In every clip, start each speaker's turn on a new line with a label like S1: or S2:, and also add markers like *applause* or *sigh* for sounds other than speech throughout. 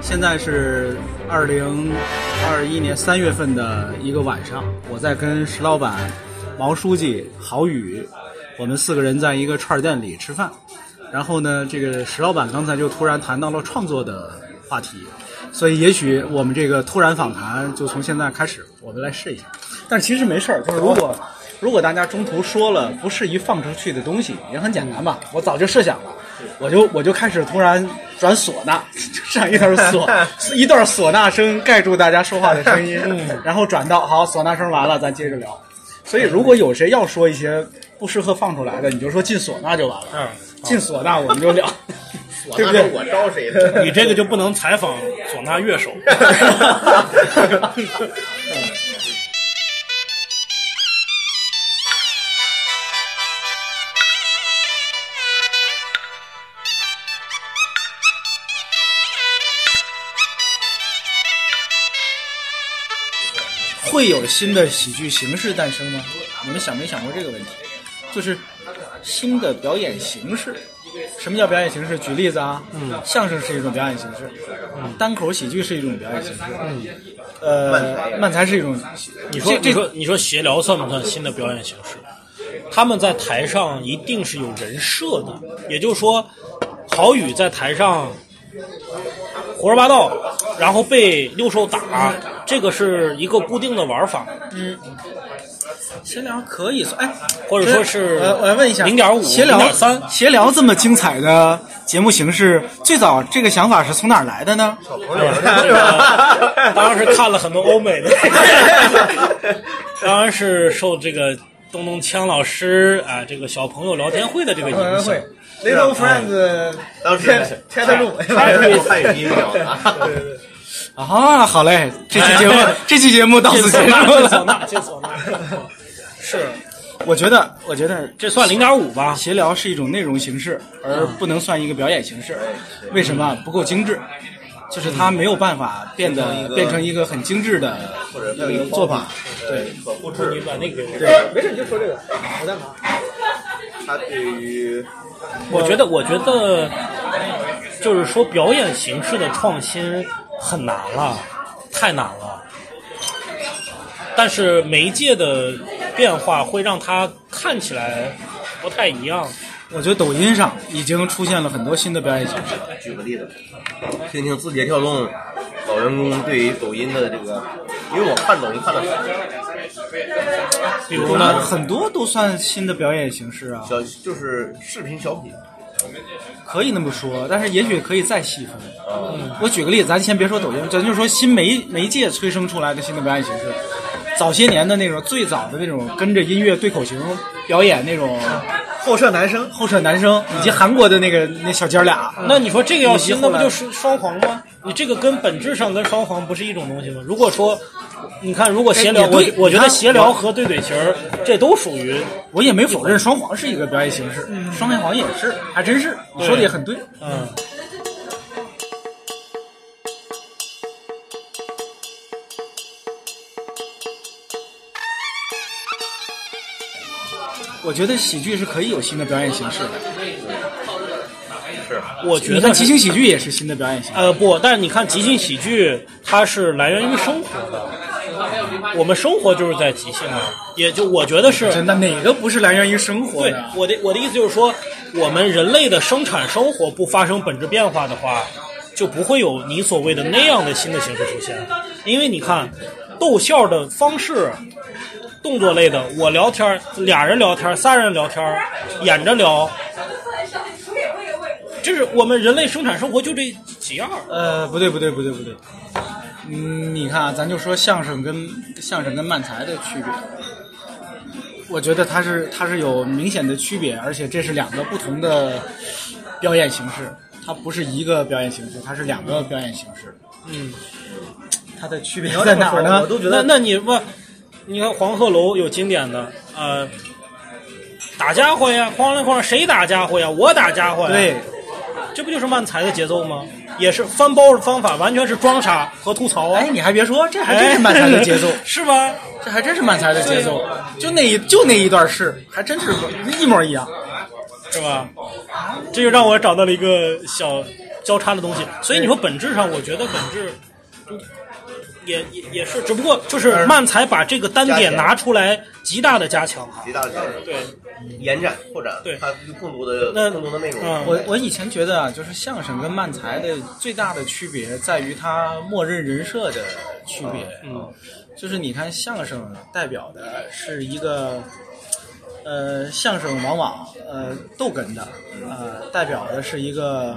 S1: 现在是二零二一年三月份的一个晚上，我在跟石老板、毛书记、郝宇，我们四个人在一个串儿店里吃饭。然后呢，这个石老板刚才就突然谈到了创作的话题，所以也许我们这个突然访谈就从现在开始，我们来试一下。但其实没事儿，就是如果如果大家中途说了不适宜放出去的东西，也很简单
S2: 嗯
S1: 嘛。我早就设想了，我就我就开始突然转唢呐，就上一段唢
S2: *laughs*
S1: 一段唢呐声盖住大家说话的声音，
S2: 嗯
S1: 然后转到好唢呐声完了，咱接着聊。所以如果有谁要说一些不适合放出来的，你就说进唢呐就完了。
S3: 嗯，
S1: 进唢呐我们
S2: *laughs*
S1: 就聊，对不
S2: 那是
S1: 对？
S2: 我招谁的？ *laughs*
S3: 你这个就不能采访唢呐乐手。
S1: *laughs* 会有新的喜剧形式诞生吗？你们想没想过这个问题？就是新的表演形式。什么叫表演形式？举例子啊，嗯，相声是一种表演形式，
S3: 嗯
S1: 单口喜剧是一种表演形式，呃，漫才是一种。
S3: *laughs* 你说，
S1: 这
S3: 你
S1: 这
S3: 说，你说闲聊算不算新的表演形式？他们在台上一定是有人设的，也就是说，郝宇在台上胡说八道，然后被六兽打，这个是一个固定的玩法。嗯
S1: 闲嗯聊可以算，哎，
S3: 或者说是
S1: 呃，我来问一下，
S3: 0.5
S1: 闲聊
S3: 0.3
S1: 闲聊这么精彩的节目形式，最早这个想法是从哪儿来的呢？
S2: *laughs*
S3: 呃 *laughs* 当然是看了很多欧美的，当然是受这个东东锵老师啊、这个小朋友聊天会的这个影
S1: 啊
S3: 响。
S1: Little Friends
S2: 当时
S1: 拆得住
S2: 汉语音表达，
S1: 啊，好嘞，这期节目
S3: 哎哎哎
S1: *laughs* 这期节目到
S3: 进
S1: 此结
S3: 唢呐，
S1: 束
S3: 进唢呐，
S1: 了。
S3: 进
S1: *laughs*
S3: 唢呐，是
S1: 我觉得，我觉得
S3: 这算零点五吧？
S1: 闲聊是一种内容形式，而不能算一个表演形式。
S3: 嗯
S1: 为什么不够精致？就是它没有办法变得变成一个很精致的呃一个作品。
S2: 对，可复制。
S3: 你把那个，
S2: 它对于
S3: 我觉得，我觉得就是说表演形式的创新很难了，太难了。但是媒介的变化会让它看起来不太一样。
S1: 我觉得抖音上已经出现了很多新的表演形式。
S2: 举个例子，听听字节跳动老员工对于抖音的这个，因为我看抖音看的
S3: 比如呢，
S1: 很多都算新的表演形式啊，
S2: 小，就是视频小品，
S1: 可以那么说，但是也许可以再细分。我举个例子，咱先别说抖音，咱就说新媒媒介催生出来的新的表演形式。早些年的那种最早的那种跟着音乐对口型表演那种
S4: 后舍男生，
S1: 后舍男生，以及韩国的那个那小姐儿俩，
S3: 那你说这个要新，
S1: 你
S3: 那
S1: 后
S3: 不
S1: 来
S3: 就是双簧吗？你这个跟本质上跟双簧不是一种东西吗？如果说，你看，如果
S1: 哎
S3: 闲聊，
S1: 也
S3: 我
S1: 对
S3: 我觉
S1: 你
S3: 得
S1: 看
S3: 闲聊和对嘴型儿，这都属于
S1: 我也没否认双簧是一个表演形式，双簧也是，还真是，你说的也很对。
S3: 嗯。
S1: 我觉得喜剧是可以有新的表演形式的，
S3: 我觉
S1: 你
S3: 得
S1: 看即兴喜剧也是新的表演形式。
S3: 呃不，但是你看即兴喜剧，它是来源于生活的，我们生活就是在即兴啊，也就我觉得是
S1: 真的，哪个不是来源于生活
S3: 对
S1: 的？
S3: 我的我的意思就是说，我们人类的生产生活不发生本质变化的话，就不会有你所谓的那样的新的形式出现。因为你看，逗笑的方式，动作类的，我聊天儿，俩人聊天儿，仨人聊天儿，演着聊，这是我们人类生产生活就这几样儿。
S1: 呃，不对，不对，不对，不对。嗯，你看啊，咱就说相声跟相声跟漫才的区别，我觉得它是它是有明显的区别，而且这是两个不同的表演形式，它不是一个表演形式，它是两个表演形式。嗯，它的区别在哪儿呢？
S4: 我都觉
S3: 那
S4: 得
S3: 那你问，你看黄鹤楼有经典的呃，打家伙呀，哐啷哐啷，谁打家伙呀？我打家伙呀。
S1: 对，
S3: 这不就是漫才的节奏吗？也是翻包的方法，完全是装傻和吐槽啊哎
S1: 哎，。你还别说，这还真是慢才的节奏，
S3: *laughs* 是吧？
S1: 这还真是慢才的节奏，就那一就那一段是，还真是一模一样。
S3: 是吧？这就让我找到了一个小交叉的东西。所以你说本质上，我觉得本质也也也是，只不过
S1: 嗯
S3: 就是漫才把这个单点拿出来，极大的加强哈。
S2: 极大的挑战，
S3: 对，
S2: 延展扩展，
S3: 对
S2: 它有更多的
S3: 那
S2: 更多的内容。
S3: 嗯
S1: 我我以前觉得啊，就是相声跟漫才的最大的区别在于它默认人设的区别。嗯，就是你看相声代表的是一个，呃，相声往往呃逗哏的，呃，代表的是一个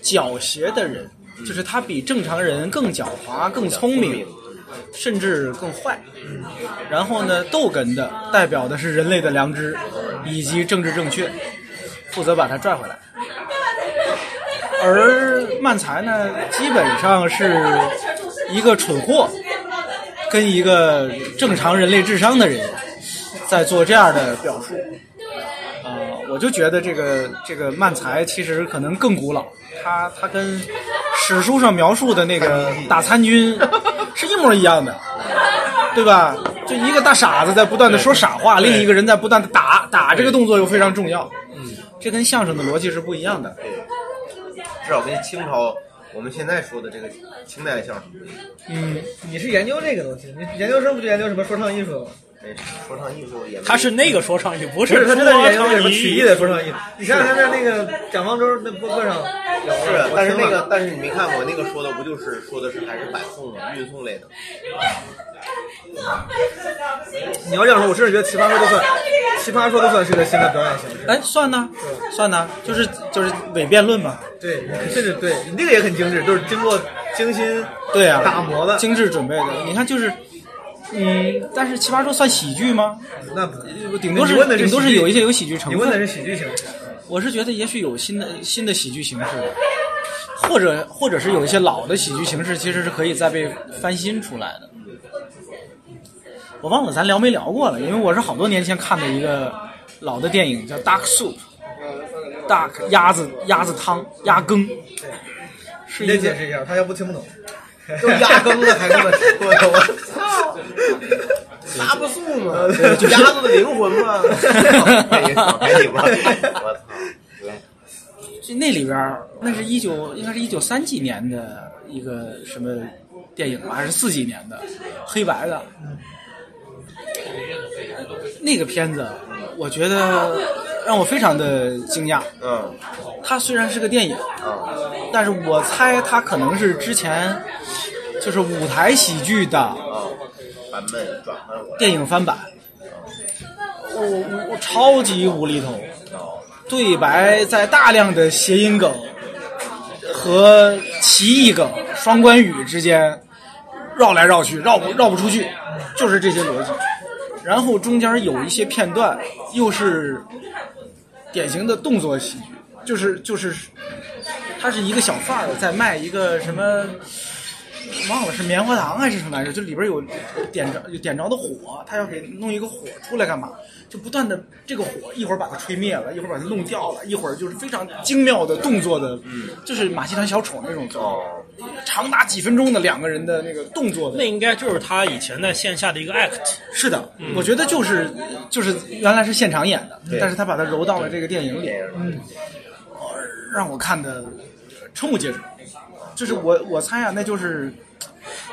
S1: 狡黠的人，就是他比正常人更狡猾、更聪明。甚至更坏。然后呢，逗哏的代表的是人类的良知以及政治正确，负责把它拽回来。而漫才呢，基本上是一个蠢货跟一个正常人类智商的人在做这样的表述。啊、我就觉得这个这个漫才其实可能更古老，它它跟史书上描述的那个打参军是一模一样的，对吧？就一个大傻子在不断的说傻话，另一个人在不断的打打，这个动作又非常重要。嗯，这跟相声的逻辑是不一样的。
S2: 对，至少跟清朝我们现在说的这个清代的相声不一样，
S1: 嗯，
S4: 你是研究这个东西，你研究生不就研究什么说唱艺术的吗？
S2: 哎说唱艺术也没有
S3: 他是那个说唱，也不
S4: 不是，
S3: 说
S4: 他真的是研究
S3: 唱
S4: 什么曲艺
S3: 的
S4: 的说唱艺术。你看他在那个蒋方舟那播客上聊
S2: 是
S4: 了，，
S2: 但是那
S4: 我听
S2: 个
S4: 了
S2: 但是你没看过那个说的不就是说的是还是反送吗运送类的，
S4: 你要这样说，我甚至觉得奇葩说都算，奇葩说都算是个新的表演形式。
S1: 哎，算呢，算呢，就是就是伪辩论嘛。
S4: 对，你甚至对你那个也很精致，就是经过精心
S1: 对啊，
S4: 打磨的，
S1: 精致准备的。你看，就是，嗯，但是奇葩说算喜剧吗？
S4: 那不
S1: 顶多是
S4: 你问的是
S1: 顶多
S4: 喜
S1: 是
S4: 剧
S1: 有一些有喜剧成
S4: 你
S1: 分。
S4: 问的是喜剧形式，
S1: 我是觉得也许有新的新的喜剧形式，或者或者是有一些老的喜剧形式，其实是可以再被翻新出来的。我忘了咱聊没聊过了，因为我是好多年前看的一个老的电影，叫《Duck Soup》，Duck 鸭子鸭子汤鸭羹，是
S4: 你
S1: 一
S4: 得
S1: 个
S4: 解释一下，他要不听不懂。
S2: 都压更了还那么说的，我操，拉不送啊嘛，鸭子的灵魂嘛，没错没你吧， *laughs* 我操，
S1: 就那里边儿，那是一九应该是一九三几年的一个什么电影吧，还是四几年的，黑白的。那个片子，我觉得让我非常的惊讶。
S2: 嗯
S1: 它虽然是个电影，
S2: 嗯
S1: 但是我猜它可能是之前就是舞台喜剧的
S2: 嗯，版本转换过来，
S1: 电影翻版。我我我超级无厘头，
S2: 哦，
S1: 对白在大量的谐音梗和歧义梗、双关语之间绕来绕去，绕不绕不出去，就是这些逻辑。然后中间有一些片段又是典型的动作喜剧，就是就是他是一个小贩儿在卖一个什么。忘了是棉花糖还是什么来着，就里边有点着有点着的火，他要给弄一个火出来干嘛？就不断的这个火一会儿把它吹灭了，一会儿把它弄掉了，一会儿就是非常精妙的动作的，就是马戏团小丑那种做
S2: 哦
S1: 法，长达几分钟的两个人的那个动作的
S3: 那应该就是他以前在线下的一个 act。
S1: 是的，我觉得就是就是原来是现场演的，
S2: 对
S1: 但是他把它揉到了这个电影里，
S2: 电影里
S1: 让我看的瞠目结舌。就是我我猜啊，那就是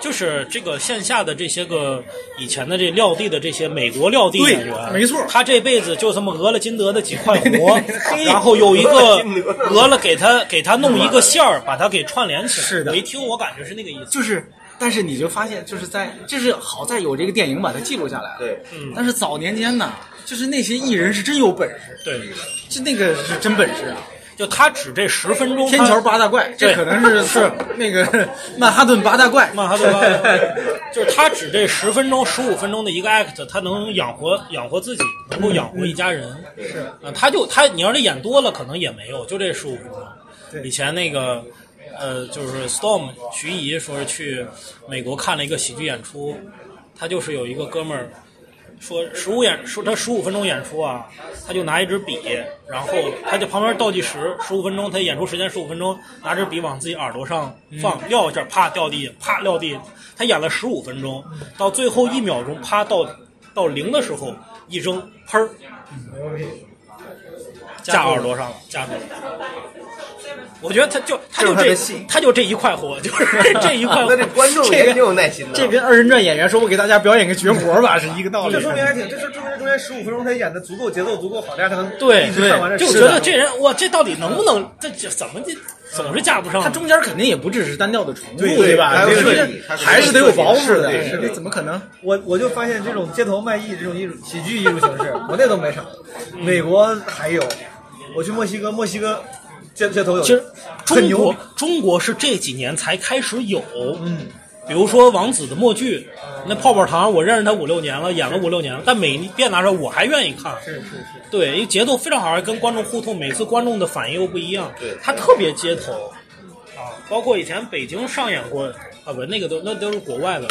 S3: 就是这个线下的这些个以前的这撂地的这些美国撂地
S1: 对
S3: 演员，
S1: 没错
S3: 他这辈子就这么讹了金德的几
S1: *laughs*
S3: 块活，然后有一个讹了给他给他弄一个线儿，把他给串联起来。
S1: 是的
S3: 我一听我感觉是那个意思。
S1: 就是，但是你就发现就是在就是好在有这个电影把它记录下来了，
S2: 对，
S1: 但是早年间呢，就是那些艺人是真有本事，
S3: 对，
S1: 就那个是真本事啊。
S3: 就他指这十分钟，
S1: 天桥八大怪，这
S3: 对
S1: 可能嗯 *laughs* 是是那 *laughs* 个曼哈顿八大怪，
S3: 曼哈顿
S1: *laughs*
S3: 八大怪就是他指这十分钟、十五分钟的一个 act，他能养活养活自己，能够养活一家人。是啊，他就他，你要是演多了，可能也没有，就这十五分钟。以前那个呃，就是 Storm 徐怡说是去美国看了一个喜剧演出，他就是有一个哥们儿。说十五演说他十五分钟演出啊，他就拿一支笔，然后他就旁边倒计时十五分钟，他演出时间十五分钟，拿支笔往自己耳朵上放，撂一下，啪掉地，啪撂地。他演了十五分钟，到最后一秒钟，啪到到零的时候一扔，喷儿
S4: 牛逼，
S3: 架耳朵上了，架住了。我觉得他就他就
S2: 这是他
S3: 这
S2: 的戏
S3: 他就这一块活，就是这
S1: *laughs*
S3: 一块
S2: 那
S3: 活
S2: 这。观众也挺有耐心的。
S1: 这跟二人转演员说我给大家表演个绝活吧是一个道理
S4: 这。说明还挺，这是中间中间十五分钟他演的足够节奏足够好，大家才能
S3: 对
S4: 一直看完这
S3: 就
S4: 十
S3: 觉
S4: 分钟
S3: 得这人哇，这到底能不能这这怎么这总是架不上？
S1: 他中间肯定也不只是单调的重复，吧？
S4: 还有
S1: 这个
S4: 设
S2: 计
S1: 这还是得有包袱的
S2: 是的是，的
S1: 这怎么可能？
S4: 我我就发现这种街头卖艺这种艺术喜剧艺术形式，国内都没少，
S3: 嗯
S4: 美国还有。我去墨西哥，墨西哥街街头有，
S3: 其实
S4: 很
S3: 中
S4: 牛
S3: 国中国是这几年才开始有，嗯，比如说王子的默剧，
S4: 嗯
S3: 那泡泡糖我认识他五六年了，演了五六年了，但每一遍拿出来我还愿意看，
S4: 是是是，
S3: 对，因为节奏非常好，还跟观众互动，每次观众的反应又不一样，
S2: 对
S3: 他特别街头，啊，包括以前北京上演过，啊不，那个都那都是国外的，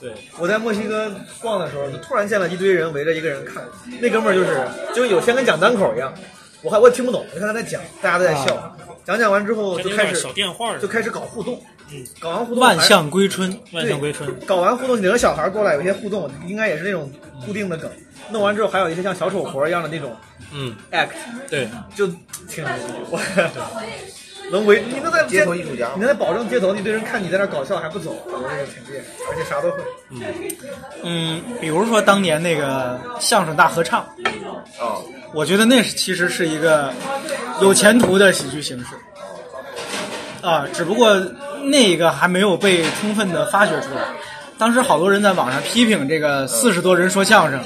S3: 对，
S4: 我在墨西哥逛的时候，突然见了一堆人围着一个人看，那哥们儿就是就是有天跟讲单口一样，我还我也听不懂，我看他在讲，大家都在笑，
S3: 啊
S4: 讲讲完之后
S3: 跟
S4: 就
S3: 那
S4: 开
S3: 点
S4: 始
S3: 小电话似
S4: 就
S3: 的，
S4: 开始搞互动，
S3: 嗯，
S4: 搞完互动
S1: 万
S4: 还
S1: 象归春，
S3: 万象归春，
S4: 搞完互动，领着小孩过来，有些互动应该也是那种固定的梗，弄完之后还有一些像小丑活一样的那种
S3: 嗯，
S4: act，
S3: 对，
S4: 就挺我能围你能在
S2: 街头艺术家
S4: 你能在保证街头一堆人看你在那搞笑还不走，我这个挺厉害，而且啥都会。
S1: 嗯，比如说当年那个相声大合唱，
S2: 哦，
S1: 我觉得那是其实是一个有前途的喜剧形式啊，只不过那个还没有被充分的发掘出来。当时好多人在网上批评这个四十多人说相声，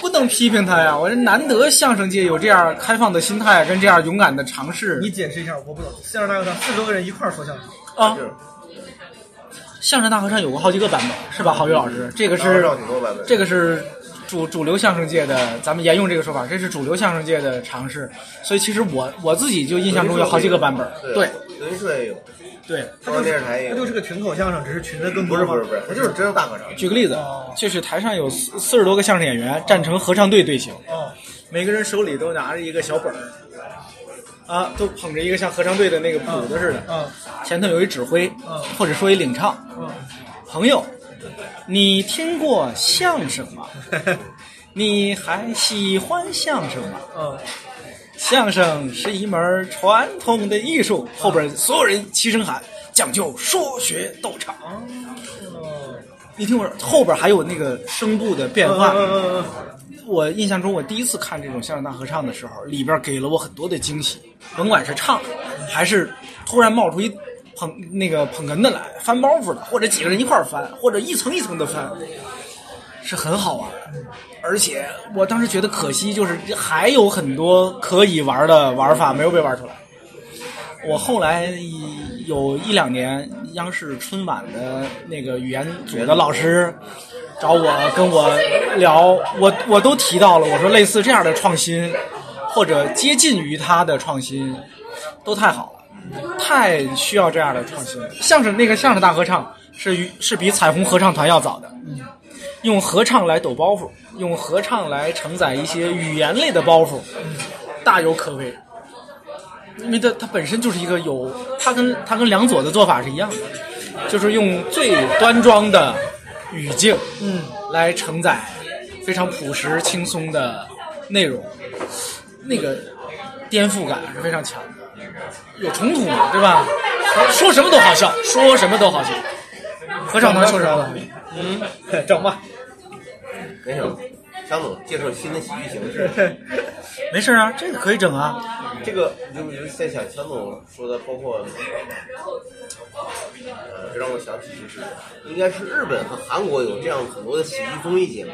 S1: 不能批评他呀！我这难得相声界有这样开放的心态跟这样勇敢的尝试。
S4: 你解释一下，我不懂。相声大会上四十多个人一块儿说相声，
S1: 啊
S2: 是，
S1: 相声大合唱有过好几个版本，是吧？郝宇老师，这个是
S2: 绕挺多版本。
S1: 这个是主主流相声界的，咱们沿用这个说法，这是主流相声界的尝试。所以其实我我自己就印象中有好几个版本。对
S2: 对，德云社也有，
S1: 对，
S2: 中央电视台也
S4: 它
S2: 有
S4: 就。是个群口相声，只是群的更
S2: 不
S4: 多
S2: 是
S4: 吗
S2: 不是不是，他就是真正大合唱。
S1: 举个例子，就是台上有四四十多个相声演员站成合唱队队形，
S4: 哦，
S1: 每个人手里都拿着一个小本儿，啊，都捧着一个像合唱队的那个谱子似的，
S4: 嗯
S1: 前头有一指挥
S4: 嗯，
S1: 或者说一领唱。
S4: 嗯，
S1: 朋友，你听过相声
S4: *laughs*
S1: 吗？你还喜欢相声吗？
S4: 嗯，
S1: 相声是一门传统的艺术，后边所有人齐声喊，讲究说学逗唱。你听我说，后边还有那个声部的变化。
S4: 哦嗯嗯
S1: 我印象中，我第一次看这种相声大合唱的时候，里边给了我很多的惊喜，甭管是唱，还是突然冒出一捧那个捧哏的来，翻包袱的，或者几个人一块儿翻，或者一层一层的翻，是很好玩的。而且我当时觉得可惜，就是还有很多可以玩的玩法没有被玩出来。我后来一有一两年，央视春晚的那个语言组的老师找我跟我聊，我我都提到了，我说类似这样的创新，或者接近于他的创新，都太好了，太需要这样的创新了。相声那个相声大合唱是与是比彩虹合唱团要早的，嗯用合唱来抖包袱，用合唱来承载一些语言类的包袱，大有可为。因为它它本身就是一个有，它跟它跟梁左的做法是一样的，就是用最端庄的语境，嗯，来承载非常朴实轻松的内容，那个颠覆感是非常强的，有冲突嘛，对吧？说什么都好笑，说什么都好笑。合唱团说什么都好笑？
S4: 嗯，整吧。
S2: 没什么。张总介绍新的喜剧形式，
S1: 没事啊，这个可以整啊。
S2: 这个你就你就在想张总说的，包括，呃，这让我想起就是，应该是日本和韩国有这样很多的喜剧综艺节目，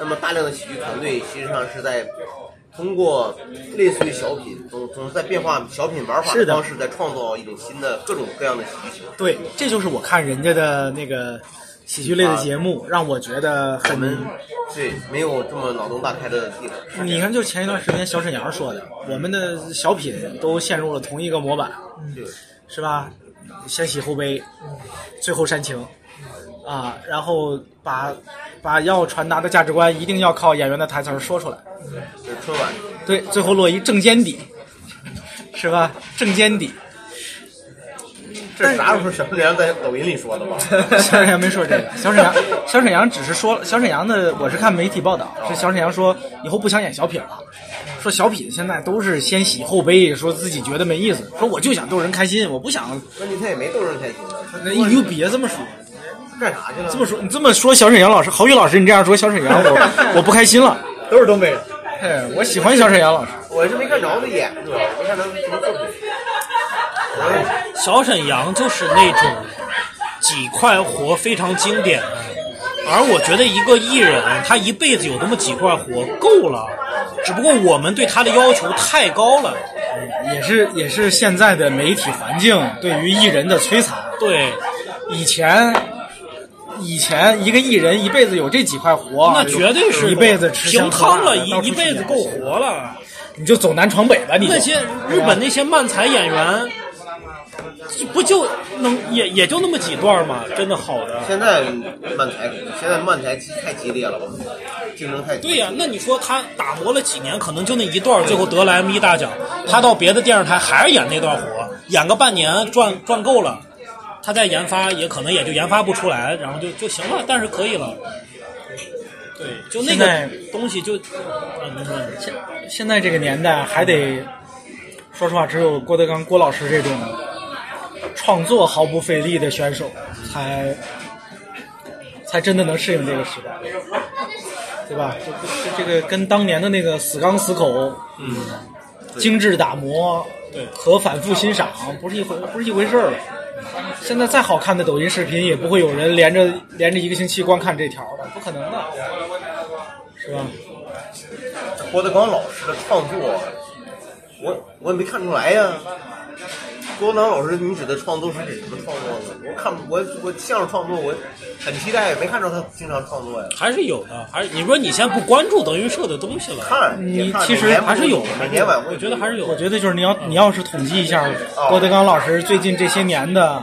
S2: 那么大量的喜剧团队实际上是在通过类似于小品，总总是在变化小品玩法
S1: 是的
S2: 方式，在创造一种新的各种各样的喜剧形式。
S1: 对，这就是我看人家的那个喜剧类的节目，让我觉得
S2: 我们
S1: 很
S2: 对没有这么脑洞大开的地方。
S1: 你看，就前一段时间小沈阳说的，我们的小品都陷入了同一个模板，
S2: 对，
S1: 是吧？先喜后悲，最后煽情，
S2: 嗯
S1: 啊，然后把把要传达的价值观一定要靠演员的台词儿说出来。
S2: 就是春晚，
S1: 对，最后落一正尖底，是吧？正尖底，
S2: 这是啥时候小沈阳在抖音里说的
S4: *laughs*
S2: 吧？
S1: *laughs* 小沈阳没说这个，小沈阳，小沈阳只是说了，小沈阳的我是看媒体报道，是小沈阳说以后不想演小品了，说小品现在都是先喜后悲，说自己觉得没意思，说我就想逗人开心，我不想
S2: 关键他也没逗人开心啊，他
S1: 你就别这么说，
S2: 他干啥去了？
S1: 这么说你这么说，小沈阳老师，郝宇老师，你这样说小沈阳，我我不开心 *laughs* 了，
S4: 都是东北人。
S1: 哎，我喜欢小沈阳老师，
S2: 我是没看着他演，主要没看着他什么作品。
S3: 小沈阳就是那种几块活非常经典的，而我觉得一个艺人他一辈子有那么几块活够了，只不过我们对他的要求太高了。
S1: 也是也是现在的媒体环境对于艺人的摧残。
S3: 对，
S1: 以前，以前一个艺人一辈子有这几块活，
S3: 那绝对是
S1: 哎一辈子吃
S3: 平
S1: 香喝辣
S3: 摊了，
S1: 的
S3: 一
S1: 到处
S3: 一
S1: 去
S3: 辈子
S1: 演
S3: 够活了。
S1: 你就走南闯北吧，你就
S3: 那些日本那些漫才演员，就不就能也也就那么几段吗？真的好的。
S2: 现在漫才，现在漫才太激烈了吧？竞争太激
S3: 对
S2: 烈。
S3: 呀、那你说他打磨了几年，可能就那一段儿，最后得了 M 一大奖。他到别的电视台还是演那段活，演个半年赚赚够了，他再研发也可能也就研发不出来，然后就就行了，但是可以了。对，就那
S1: 现在
S3: 个东西就，嗯，你说
S1: 现现在这个年代还得，说实话，只有郭德纲郭老师这种创作毫不费力的选手，才才真的能适应这个时代，对吧？这这这个跟当年的那个死刚死口，嗯，精致打磨，
S3: 对
S1: 和反复欣赏不是一回不是一回事儿了。现在再好看的抖音视频，也不会有人连着连着一个星期光看这条的，不可能的，是吧？
S2: 郭德纲老师的创作，我我也没看出来呀、郭德纲老师，你指的创作是指什么创作呢？我看我我相声创作，我很期待，没看着他经常创作呀。
S3: 还是有的，还是你说你先不关注德云社的东西了，
S2: 看，
S1: 你
S2: 也看
S1: 其实
S2: 每年
S3: 还是有的，
S2: 每年晚会
S3: 我觉得还是有
S1: 我
S3: 的。
S1: 觉得就是你要你要是统计一下郭德纲老师最近这些年的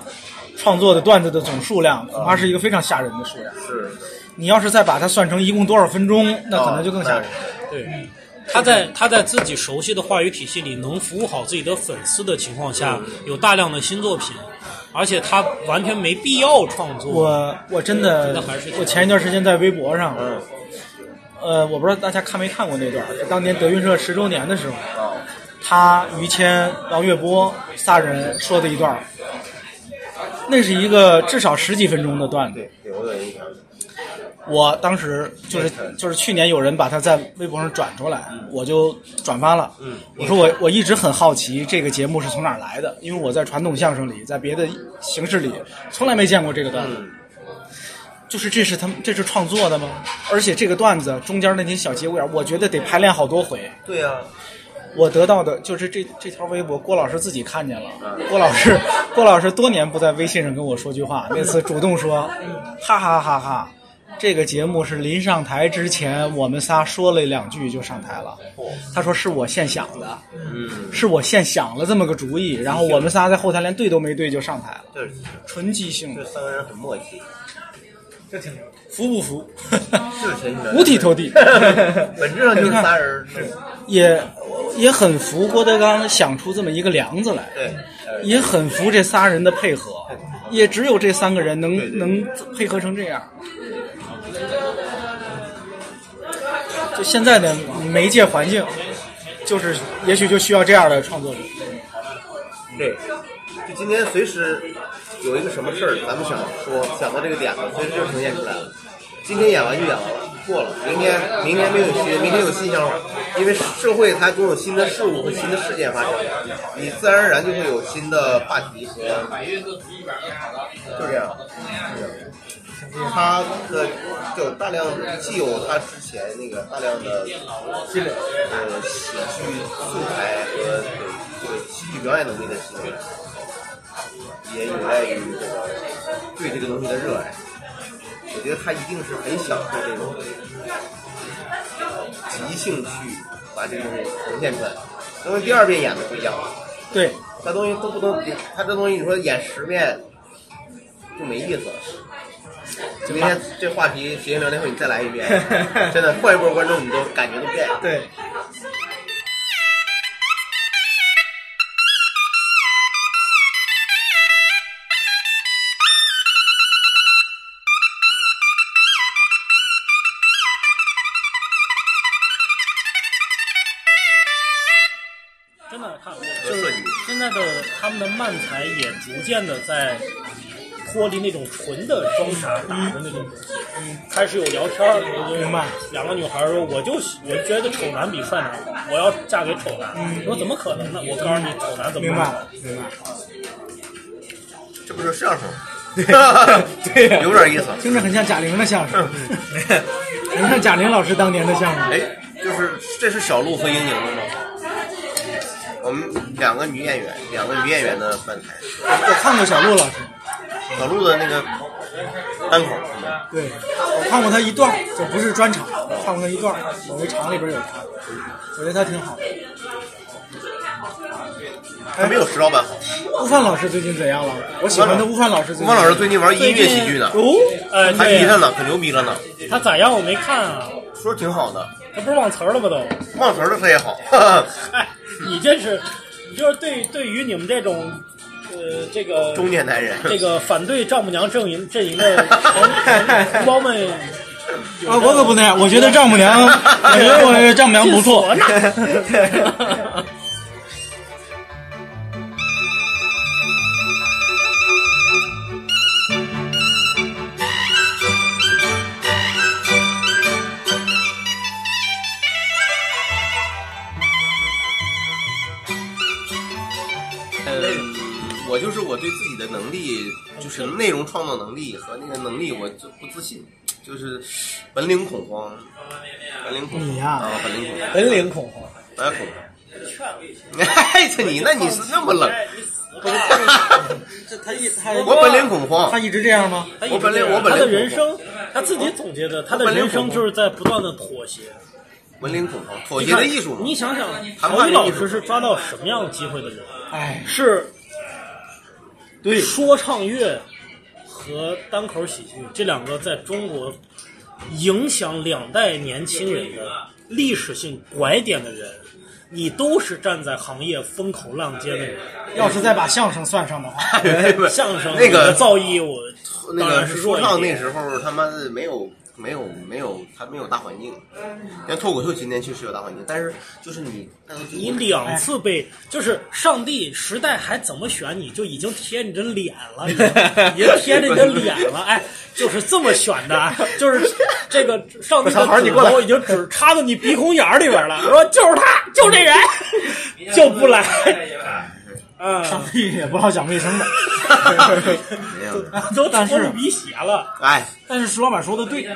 S1: 创作的段子的总数量，恐怕是一个非常吓人的数量。
S2: 是
S1: 你要是再把它算成一共多少分钟，那可能就更吓人。
S2: 啊
S3: 对，他在他在自己熟悉的话语体系里能服务好自己的粉丝的情况下，有大量的新作品，而且他完全没必要创作。
S1: 我呃我真的
S3: 那还是，
S1: 我前一段时间在微博上，
S2: 嗯
S1: 呃，我不知道大家看没看过那段，是当年德云社十周年的时候，
S2: 啊
S1: 他于谦、王月波仨人说的一段儿，那是一个至少十几分钟的段子。
S2: 对对，我有印象。
S1: 我当时就是就是去年有人把它在微博上转出来，我就转发了。嗯，我说我我一直很好奇这个节目是从哪儿来的，因为我在传统相声里，在别的形式里从来没见过这个段子。就是这是他们这是创作的吗？而且这个段子中间那些小节骨眼儿，我觉得得排练好多回。
S2: 对呀、
S1: 我得到的就是这这条微博，郭老师自己看见了。郭老师，郭老师多年不在微信上跟我说句话，那次主动说，哈哈哈哈，这个节目是临上台之前我们仨说了两句就上台了。他说是我现想的，
S2: 嗯，
S1: 是我现想了这么个主意，然后我们仨在后台连对都没对就上台了，
S2: 就是
S1: 纯即兴
S2: 这
S1: 的，
S2: 三个人很默契，
S4: 这挺牛，
S1: 服不服？ *laughs*
S2: 就是陈学
S1: 五体投地。 *laughs*
S2: 本质上就是仨人是，
S1: 也也很服郭德纲想出这么一个梁子来，
S2: 对，呃
S1: 也很服这仨人的配合，也只有这三个人能
S2: 对对
S1: 能配合成这样。就现在的媒介环境，就是也许就需要这样的创作者。
S2: 对，就今天随时有一个什么事儿，咱们想说想到这个点了，随时就呈现出来了。今天演完就演完了，过了。明天明天没有新，明天有新想法，因为社会它总有新的事物和新的事件发生，你自然而然就会有新的话题和，就这样。他的就有大量的，既有他之前那个大量的积累，呃，喜剧素材和这个喜剧表演能力的积累，也有赖于这个对这个东西的热爱。我觉得他一定是很享受这种即兴去把这个东西呈现出来。因为第二遍演的不一样了，
S1: 对，
S2: 他东西都不能，他这东西你说演十遍就没意思了。明天这话题谐星聊天会你再来一遍，真的换一波观众你都感觉都变了。
S4: 对，
S3: 真的看，
S2: 和
S3: 就是
S2: 顺你，
S3: 现在的他们的漫才也逐渐的在脱离那种纯的装傻打的那种东西，开始有聊天儿，明白？两个女孩说：“我就喜我觉得丑男比帅男好，我要嫁给丑男。我说：“怎么可能呢？我告诉你，丑男怎么
S5: 明
S3: 不好
S5: 白，明白。
S2: 这不是相声吗？
S5: 对呀
S2: 有点意思。
S1: 听着很像贾玲的相声，
S2: 嗯
S1: 很像贾玲老师当年的相声。
S2: 哎，就是这是小鹿和英宁的吗？我们两个女演员，两个女演员的漫才，
S1: 我看过小鹿老师，
S2: 小鹿的那个单口是吗？
S1: 对我看过他一段儿，就不是专场，看过他一段儿，某个厂里边有他，我觉得他挺好的。
S2: 还没有石老板好。
S1: 悟饭老师最近怎样了？我喜欢的悟饭老师最近。
S2: 吴方老师最近玩音乐喜剧呢，
S3: 哦，哎，
S2: 还迷
S3: 对
S2: 着，呢，可牛逼了呢，
S3: 他咋样？我没看啊，
S2: 说挺好的，
S3: 他不是忘词儿了吗？都。 *laughs*
S2: 忘词儿的他也好。 *laughs* 哈哈
S3: 哎，你这是，你就是对对于你们这种，呃，这个
S2: 中年男人，
S3: 这个反对丈母娘阵营阵营
S2: *laughs*
S3: 的同同胞们，
S1: 啊，我可不那样，我觉得丈母
S2: *laughs*
S1: 娘，我觉得我丈母娘不错。
S2: 呃，我就是我对自己的能力，就是内容创造能力和那个能力，我就不自信，就是本领恐慌，本领恐慌
S1: 你呀
S2: 啊，本领恐慌，
S4: 本领恐慌，
S2: 本领恐慌。哎，这你那你是那么冷， *laughs*
S1: 这他一他
S2: 我本领恐慌
S1: 他，一直这样吗？
S3: 他一直
S2: 我本来
S3: 这样
S2: 我本来
S3: 他的人生，他自己总结的，他的人生就是在不断的妥协。
S2: 本领恐慌，妥
S3: 你
S2: 协
S3: 看
S2: 的艺术嘛 *laughs*
S3: 你。想想，
S2: 谈
S3: 曹
S2: 判
S3: 宇
S2: 的
S3: 老
S2: 艺术
S3: 师是抓到什么样的机会的人？
S1: 哎，
S3: 是
S1: 对
S3: 说唱乐和单口喜剧这两个在中国影响两代年轻人的历史性拐点的人，你都是站在行业风口浪尖的人。
S1: 要是再把相声算上的话，
S2: *laughs*
S3: 相声
S2: 那
S3: 我的
S2: 个
S3: 造诣我
S2: 那
S3: 当
S2: 个
S3: 然是弱
S2: 说
S3: 一
S2: 唱那
S3: 点
S2: 时候他妈的没有没有没有，他没有大环境。像脱口秀今天确实有大环境，但是就是你，
S3: 你两次被就是上帝时代还怎么选你就已经贴你的脸了，已经已经贴着你的脸了，哎，就是这么选的，哎就是这个上帝的指头已经只插到你鼻孔眼儿里边了，说就是他，就这人，就不来，嗯，
S1: 上帝哎也不知道讲卫生
S2: *laughs*
S1: 的。
S2: 没有。
S3: 都
S1: 但是
S3: 脱入鼻血了，
S2: 哎，
S1: 但是石老板说的对，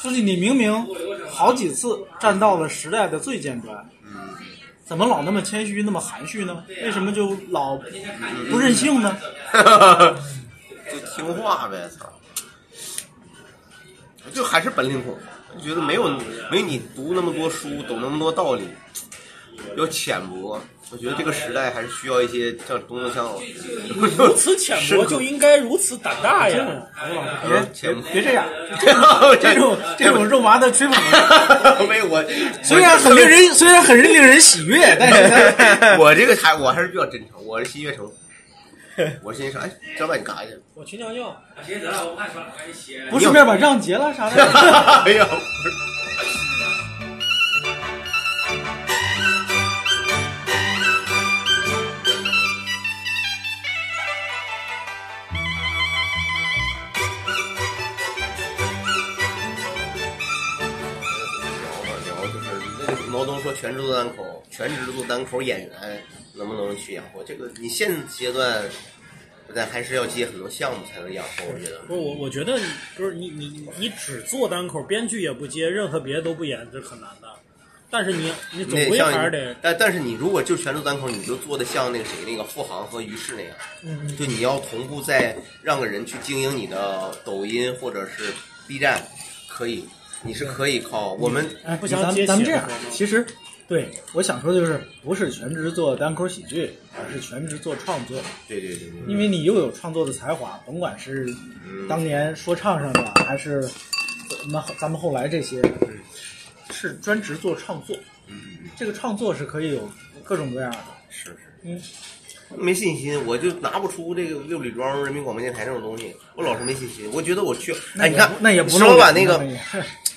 S1: 就是你明明好几次站到了时代的最尖端，怎么老那么谦虚，那么含蓄呢？为什么就老不任性呢？
S2: 就听话呗，操！就还是本领恐，觉得没有没你读那么多书，懂那么多道理，要浅薄。我觉得这个时代还是需要一些像东东像老师，
S3: 如此浅薄就应该如此胆大呀，
S1: 别
S2: 浅薄。
S1: 别这样，
S2: *laughs* 这
S1: 这种
S2: 哎
S1: 这种肉麻的
S2: *laughs*
S1: 吹捧， *laughs*
S2: 没我，
S1: 虽然很令人虽然很令人喜
S2: *laughs*
S1: 悦，但是呢
S2: 我这个 *laughs* 还我还是比较真诚，我是新月城，我是新月城。哎，张板你干啥去？
S3: 我去尿尿，
S1: 不顺便把账结了啥
S2: *laughs*
S1: 的。
S2: 哎呀，聊就是那个毛泽东说全职做单口，全职做单口演员能不能去养活？这个你现阶段，咱还是要接很多项目才能养活，我觉得。
S3: 不是我，我觉得你不是你你你只做单口，编剧也不接，任何别的都不演，这是很难的。但是你你总
S2: 那
S3: 归
S2: 像
S3: 还是得
S2: 但但是你如果就全职单口，你就做的像那个谁那个付航和于适那样，嗯，就你要同步在让个人去经营你的抖音或者是 B 站，可以，你是可以靠我们
S1: 哎，不
S3: 行
S1: 咱
S3: 接
S1: 咱们
S3: 起
S1: 这样
S3: 来，
S1: 其实对，我想说的就是，不是全职做单口喜剧，而是全职做创作。
S2: 对对对对，嗯
S1: 因为你又有创作的才华，甭管是当年说唱上的，还是咱们咱们后来这些，是专职做创作。
S2: 嗯
S1: 这个创作是可以有各种各样的。
S2: 是是，
S1: 嗯，
S2: 没信心，我就拿不出这个六里庄人民广播电台这种东西，我老是没信心，我觉得我缺。哎，你看，
S1: 那也不
S2: 石
S1: 弄
S2: 老板那个
S1: 那，也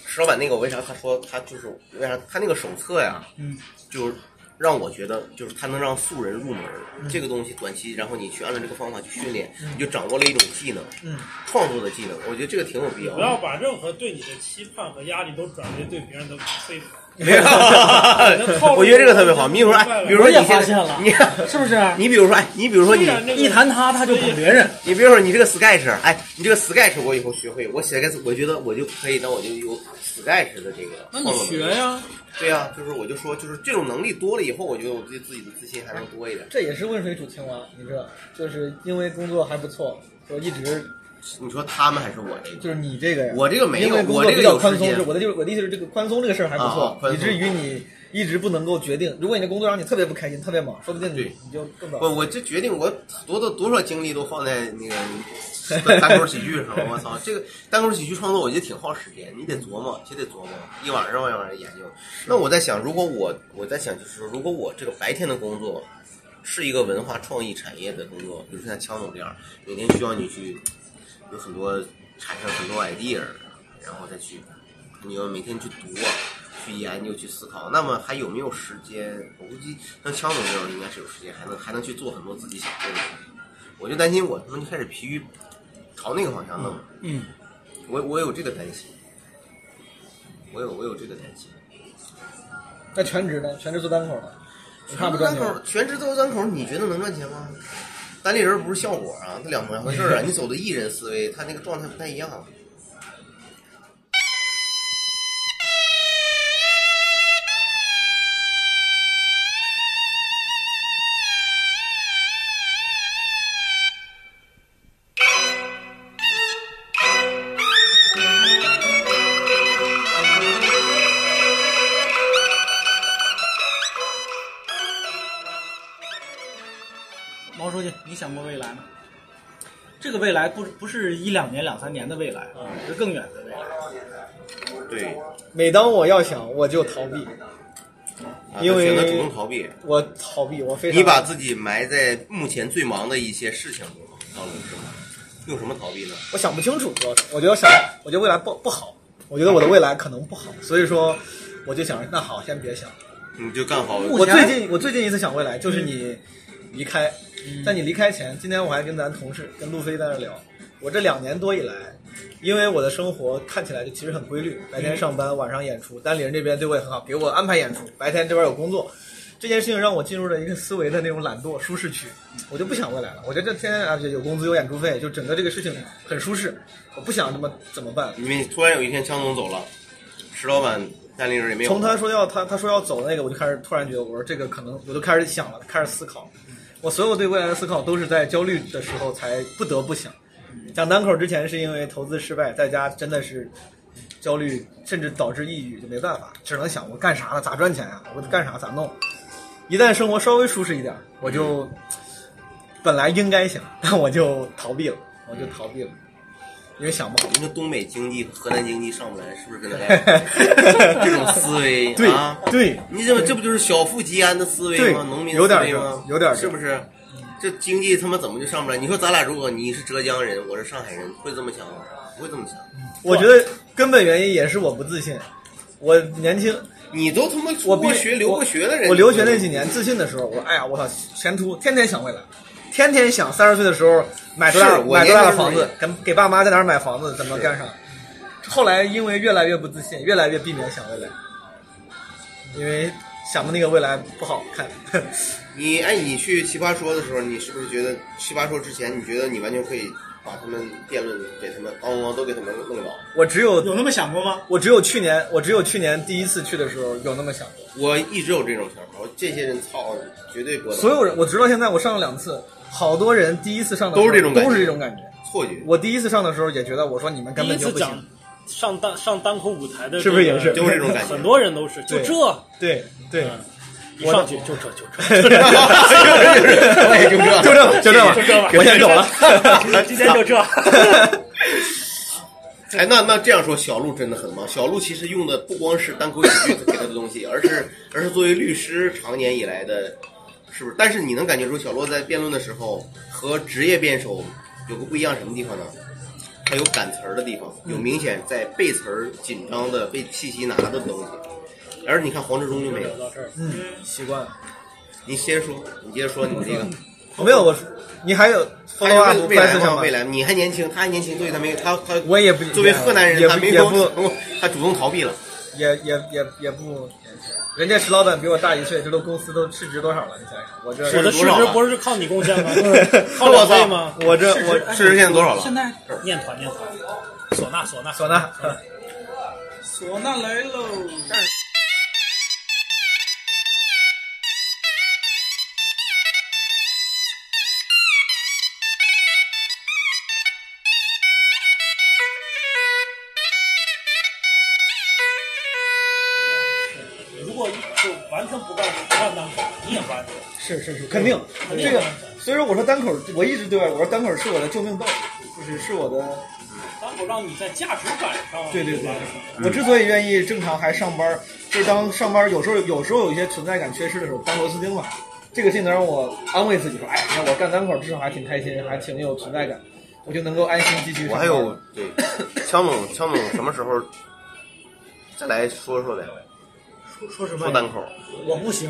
S2: 石老板那个，我为啥他说他就是为啥他那个手册呀，
S1: 嗯，
S2: 就是让我觉得就是他能让素人入门、
S3: 嗯
S2: 这个东西，短期，然后你去按照这个方法去训练，你就掌握了一种技能，
S1: 嗯，
S2: 创作的技能，我觉得这个挺有必要
S3: 不
S2: 的。
S3: 要把任何对你的期盼和压力都转为对别人的非法。
S2: 没有， *laughs* 我觉得这个特别好。你比如说，哎，比如说你
S1: 我也发
S2: 现在
S1: 现了
S2: 你
S3: *laughs*
S2: *laughs*
S1: 是不是？啊
S2: 你比如说，哎，你比如说你
S3: 虽然这个
S1: 一谈他，他就捧别人。
S2: 你比如说你这个 Sketch，哎，你这个 Sketch 我以后学会，我写个我觉得我就可以，那我就有 Sketch 的这个
S3: 那你
S2: 创作能力
S3: 学。呀，
S2: 对呀、就是我就说，就是这种能力多了以后，我觉得我对自己的自信还能多一点。
S4: 这也是温水煮青蛙，你知道，就是因为工作还不错，我一直
S2: 你说他们还是我这个，
S4: 就是你这个呀，
S2: 我这个没有
S4: 因为工
S2: 我
S4: 作
S2: 这个
S4: 比较
S2: 有
S4: 宽
S2: 时
S4: 松，
S2: 间
S4: 就我的就是我的意思是这个宽松这个事儿还不
S2: 啊啊
S4: 错，
S2: 宽
S4: 以
S2: 松
S4: 至于你一直不能够决定。如果你的工作让你特别不开心，特别忙，说不定你
S2: 对
S4: 你就更早。
S2: 我我这决定我多多多少精力都放在那个 *laughs* 单口喜剧上了。我操，这个单口喜剧创作我觉得挺耗时间，你得琢磨，就得琢磨一晚上一晚上研究。那我在想，如果我我在想，就是说，如果我这个白天的工作是一个文化创意产业的工作，比如说像强总这样，每天需要你去有很多产生很多 idea，然后再去你要每天去读啊，去研究，去思考。那么还有没有时间？我估计像枪总这种应该是有时间，还能还能去做很多自己想做的事情。我就担心我他妈就开始疲于朝那个方向弄，
S1: 嗯，
S2: 我我有这个担心，我有我有这个担心。
S4: 那全职呢？全职做单口呢？你怕不赚
S2: 单
S4: 钱？
S2: 口全职做单口，你觉得能赚钱吗？单立人不是效果啊，那两两回事
S4: *laughs*
S2: 儿啊。你走的艺人思维，他那个状态不太一样、啊。
S1: 毛书记，你想过未来吗？这个未来不不是一两年、两三年的未来，啊是更远的未来。
S2: 对，
S4: 每当我要想，我就逃避，
S2: 啊
S4: 因为
S2: 选择主动逃避，
S4: 我逃避，我非常
S2: 你把自己埋在目前最忙的一些事情当中，是吗？用什么逃避呢？
S4: 我想不清楚，主要是我觉得想，我觉得未来不不好，我觉得我的未来可能不好，所以说我就想，那好，先别想。
S2: 你就干好。
S4: 我最近我最近一次想未来就是你离开，在你离开前，今天我还跟咱同事跟路飞在那聊，我这两年多以来，因为我的生活看起来就其实很规律，白天上班，晚上演出，丹林这边对我也很好，给我安排演出，白天这边有工作。这件事情让我进入了一个思维的那种懒惰舒适区，我就不想未来了。我觉得这天天而且有工资有演出费，就整个这个事情很舒适，我不想这么怎么办。
S2: 因为突然有一天江总走了，石老板单立人也没有。
S4: 从他说要他他说要走那个，我就开始突然觉得，我说这个可能我就开始想了，开始思考。
S2: 嗯
S4: 我所有对未来的思考都是在焦虑的时候才不得不想。
S2: 嗯
S4: 讲单口之前是因为投资失败，在家真的是焦虑，甚至导致抑郁，就没办法，只能想我干啥呢？咋赚钱呀、我干啥咋弄？一旦生活稍微舒适一点，我就
S2: 嗯
S4: 本来应该想，但我就逃避了，我就逃避了，因为想不好。
S2: 因为东北经济和河南经济上不来，是不是跟咱
S4: *laughs*
S2: 俩这种思维
S4: 对
S2: 啊？
S4: 对，
S2: 你怎么这不就是小富即安的思维吗？
S4: 对
S2: 农民
S4: 有点
S2: 思维
S4: 这
S2: 吗？
S4: 有点这
S2: 是不是？这经济他妈怎么就上不来？你说咱俩如果你是浙江人，我是上海人，会这么想吗？不会这么想。
S4: 我觉得根本原因也是我不自信。我年轻，
S2: 你都他妈出
S4: 我必
S2: 过学、留过学的人，
S4: 我留学那几年自信的时候，我说哎呀，我操，前途，天天想未来，天天想三十岁的时候买多大
S2: 是我
S4: 买多大
S2: 年轻的
S4: 的房
S2: 时候
S4: 子，给给爸妈在哪儿买房子，怎么
S2: 是
S4: 干啥。后来因为越来越不自信，越来越避免想未来，因为想的那个未来不好看。 *laughs*
S2: 你哎，你去奇葩说的时候，你是不是觉得奇葩说之前，你觉得你完全可以把他们辩论给他们，咣咣都给他们弄倒？
S4: 我只有
S1: 有那么想过吗？
S4: 我只有去年，我只有去年第一次去的时候有那么想过。
S2: 我一直有这种想法，我这些人操，绝对不能。
S4: 所有人，我直到现在我上了两次，好多人第一次上的
S2: 都是
S4: 时候
S2: 这种感觉
S4: 都是这种感觉。
S2: 错
S4: *laughs*
S2: 觉， *laughs*
S4: 我第一次上的时候也觉得，我说你们
S3: 第
S4: 根
S3: 一
S4: 本就
S3: 次
S4: 不
S3: 讲
S4: 行。
S3: 上单上单口舞台的这个，
S4: 是不是也是
S2: 就是这种感觉
S3: 很多人都是，就
S4: 对
S3: 这
S4: 对，
S1: 对，
S3: 一上去就这就这，
S1: 就这，
S2: 哎就这
S1: 就这吧，就这吧，
S3: 就这吧
S1: 我先走了。
S3: *laughs* 今天就这。
S2: 哎，那那这样说，小鹿真的很忙。小鹿其实用的不光是单口喜剧给他的东西，而是而是作为律师常年以来的，是不是？但是你能感觉出小鹿在辩论的时候和职业辩手有个不一样什么地方呢？他有赶词儿的地方，有明显在背词儿紧张的被气息拿的东西。而你看黄志忠就没有。
S1: 嗯，习惯了。
S2: 你先说，你接着说你这个。
S1: 没有我，你还有 follow
S2: 还
S1: up
S2: 有未未来
S1: question
S2: 嘛，
S1: 吗
S2: 未？来，你还年轻，他还年轻，所以他没他他
S1: 我也不
S2: 作为河南
S1: 也
S2: 人，
S1: 不
S2: 他没
S1: 也
S2: 有
S1: 不
S2: 他主动逃避
S1: *laughs*
S2: 了。
S1: 也也也也不年轻，人家石老板比我大一岁，这都公司都市值多少了？你想想，我这
S3: 我的市值不是靠你贡献吗？靠两位吗？
S1: 我
S2: 呃
S1: 这我
S2: 市值现在多少了？
S6: 现在
S3: 念团念团，唢呐唢呐
S1: 唢呐，
S6: 唢呐来喽！
S3: 如果就完全不干不干当口，你也不干。
S1: 是是是，肯定这个。所以说，我说单口，我一直对外我说单口是我的救命稻草，就是是我的
S3: 当口让你在价值感上
S1: 对对对
S3: 吧，
S1: 我之所以愿意正常还上班儿，就是当上班儿有时候有时候有一些存在感缺失的时候，当螺丝钉嘛。这个技能让我安慰自己说，哎，你看我干单口至少还挺开心，还挺有存在感，我就能够安心继续上
S2: 我
S1: 班。
S2: 还有对，乔总，乔总什么时候再来说说呗？
S4: 说什么
S2: 说
S4: 呀？
S2: 单口，
S4: 我不行，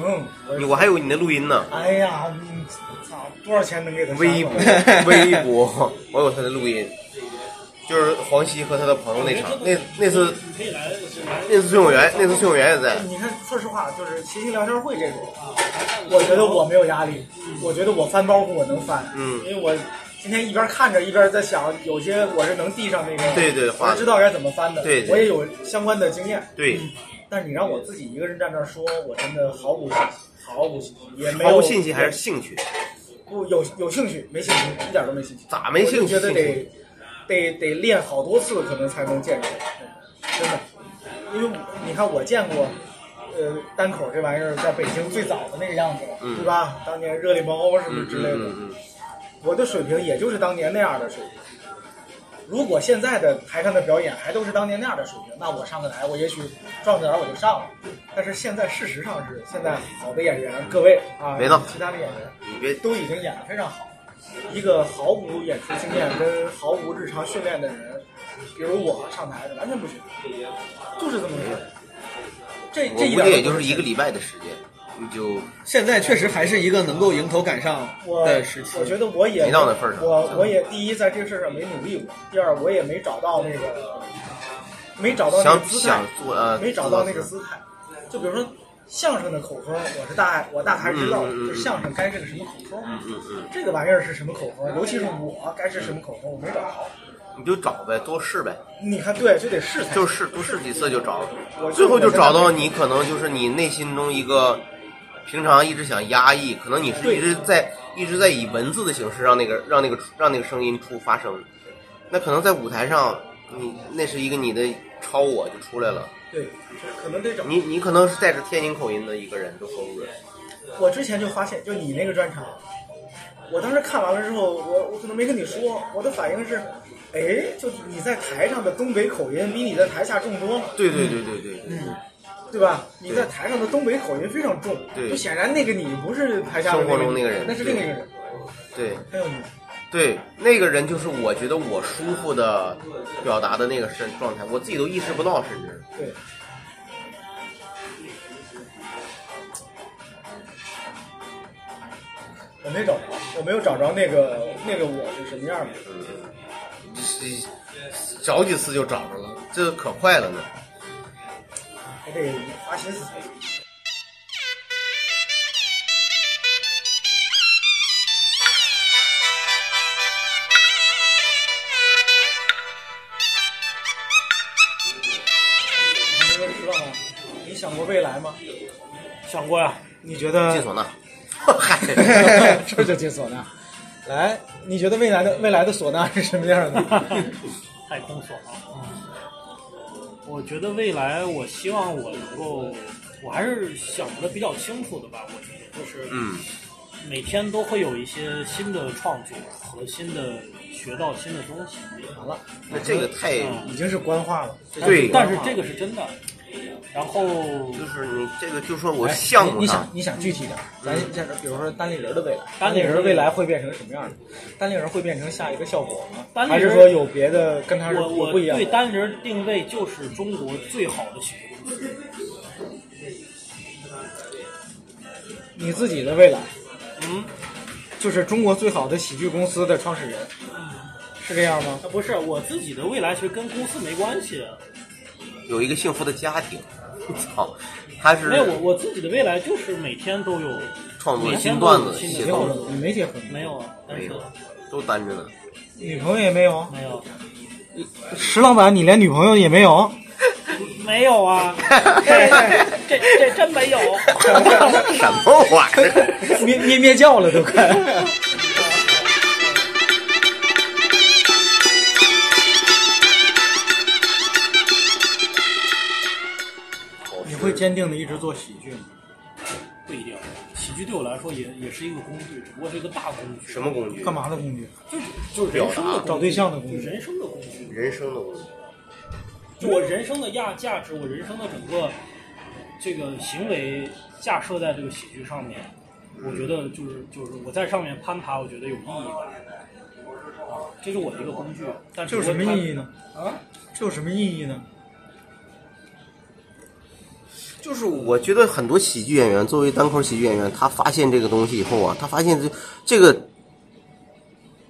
S2: 你
S4: 我
S2: 我还有你的录音呢，
S4: 哎呀，你操，多少钱能给他删了？
S2: 微博微博，我有他的录音，就是黄西和他的朋友那场，那那次
S3: 你可以来
S2: 那次崔永元，那次崔永元也在，
S4: *laughs* 你看，说实话，就是谐星聊天会这种，啊我觉得我没有压力，我觉得我翻包袱我能翻，
S2: 嗯
S4: 因为我今天一边看着一边在想，有些我是能递上那个，
S2: 对对
S4: 我
S2: 话
S4: 是知道该怎么翻的，
S2: 对对
S4: 我也有相关的经验，嗯
S2: 对，
S4: 但是你让我自己一个人站那儿说，我真的毫无毫无也没
S2: 毫
S4: 有
S2: 无兴趣还是兴趣？
S4: 不有有兴趣，没兴趣，一点都没兴趣。
S2: 咋没兴趣
S4: 我就觉得得得得练好多次，可能才能见着，嗯真的。因为我你看，我见过，呃，单口这玩意儿在北京最早的那个样子，
S2: 嗯
S4: 对吧？当年热力蒙欧什么
S2: 嗯
S4: 之
S2: 嗯
S4: 类的，
S2: 嗯嗯，
S4: 我的水平也就是当年那样的水平。如果现在的台上的表演还都是当年那样的水平，那我上个台，我也许撞个点儿我就上了。但是现在事实上是，现在好的演员，各位啊，
S2: 别闹
S4: 其他的演员，
S2: 你嗯别
S4: 都已经演得非常好。一个毫无演出经验跟毫无日常训练的人，比如我上台完全不行，就是这么回事儿。这
S2: 我
S4: 这一
S2: 估
S4: 点
S2: 计
S4: 儿
S2: 也就是一个礼拜的时间，你就
S1: 现在确实还是一个能够迎头赶上
S4: 我
S1: 的时期
S4: 我。觉得我也
S2: 没到那份儿上
S4: 我我也第一在这个事儿上没努力过，第二我也没找到那个，没找哦到那个
S2: 想
S4: 姿态
S2: 想，做呃，
S4: 没找到那个姿态。就比如说相声的口风，我是大我大概知道，
S2: 嗯嗯嗯嗯
S4: 就是相声该是个什么口风，
S2: 嗯嗯嗯，
S4: 这个玩意儿是什么口风，尤其是我该是什么口风，我没找着。
S2: 你就找呗，多试呗，
S4: 你看，对，就得试才行。
S2: 就试多试几次就找
S4: 哎我
S2: 了，最后就找到你可能就是你内心中一个平常一直想压抑，可能你是
S4: 对
S2: 一直在一直在以文字的形式让那个让那个让那个声音出发声，那可能在舞台上你那是一个你的超我就出来了，
S4: 对，就是可能得找。
S2: 你你可能是带着天津口音的一个人就收入了，
S4: 我之前就发现，就你那个专场，我当时看完了之后，我我可能没跟你说，我的反应是，哎，就是你在台上的东北口音比你在台下重多了，
S2: 对对对对对对，
S4: 嗯对吧？你在台上的东北口音非常重，
S2: 对
S4: 就显然那个你不是台下的
S2: 生活中那个人
S4: 那是另一个人。
S2: 对。
S4: 还有你，
S2: 对，那个人就是我觉得我舒服的表达的那个身状态，我自己都意识不到，甚至
S4: 对，我没找着，我没有找着那个那个我是什么样的。
S2: 嗯找几次就找着了，这可快了呢。
S4: 还得花心思。你说知道吗？你想过未来吗？
S3: 想过呀？
S4: 你觉
S7: *laughs*
S2: 进
S4: 得？
S2: 唢呐， *laughs* 嗨，
S4: *laughs* 是不是就进唢呐？来，你觉得未来的未来的唢呐是什么样的？
S3: 太封锁了。我觉得未来，我希望我能够我还是想的比较清楚的吧，我觉得就是
S2: 嗯，
S3: 每天都会有一些新的创作和新的学到新的东西。
S7: 完了，
S2: 那这个太
S4: 嗯
S7: 已经是官话了。
S2: 对，
S3: 但是这个是真的。然后
S2: 就是你这个就说我
S7: 哎
S2: 项
S7: 你
S2: 目
S7: 你
S2: 上
S7: 想，你想具体点儿，咱像比如说单立人的未来，
S3: 单立人
S7: 人未来会变成什么样的？单立人会变成下一个效果吗？
S3: 单立
S7: 还
S3: 人
S7: 是说有别的跟他
S3: 我我
S7: 不一样
S3: 对
S7: 的？
S3: 单立人定位就是中国最好的企业公司，
S7: 你自己的未来
S3: 嗯，
S7: 就是中国最好的喜剧公司的创始人，是这样吗？
S3: 啊不是我自己的未来，其实跟公司没关系。
S2: 有一个幸福的家庭， *laughs* 操，他是
S3: 没有我我自己的未来就是每天都有，
S2: 创作
S3: 每天
S2: 新
S3: 都有
S2: 段子，
S3: 新的
S2: 写
S7: 结
S2: 作
S7: 婚了？你没结婚？
S3: 没有啊，但
S2: 没
S3: 是
S2: 有，都单着呢。
S7: 女朋友也没有？
S3: 没有
S7: 石老板，你连女朋友也没有？
S3: 没有
S2: *laughs*
S3: 啊，这这真没有。
S2: 什么玩意儿？
S7: 咩咩咩叫了都快。你会坚定的一直做喜剧吗？
S3: 不一定，喜剧对我来说也也是一个工具，只不过是一个大工具。
S2: 什么工具？
S7: 干嘛的工具？
S3: 就是就是人生的工具
S7: 找对象的工
S3: 就
S7: 具。
S3: 人生的工具。
S2: 人生的工具。
S3: 就我人生的价价值，我人生的整个这个行为架设在这个喜剧上面，我觉得就是就是我在上面攀爬，我觉得有意义的。啊，这是我的一个工具，但
S7: 这有什么意义
S3: 呢？
S7: 呢？啊？这有什么意义呢？
S2: 就是我觉得很多喜剧演员作为单口喜剧演员，他发现这个东西以后啊，他发现这这个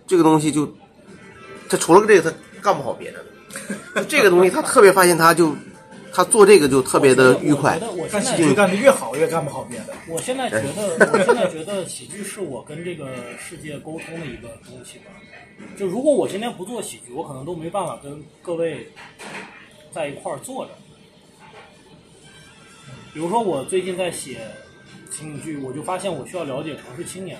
S2: 这个东西就，他除了这个他干不好别的，这个东西他特别发现他就他做这个就特别的愉快
S3: 我觉。得我
S7: 干
S3: 现
S7: 喜
S3: 在
S7: 剧干得越好，越干不好别的。
S3: 我现在觉得，我现在觉得喜剧是我跟这个世界沟通的一个东西吧。就如果我今天不做喜剧，我可能都没办法跟各位在一块儿坐着。比如说，我最近在写情景剧，我就发现我需要了解城市青年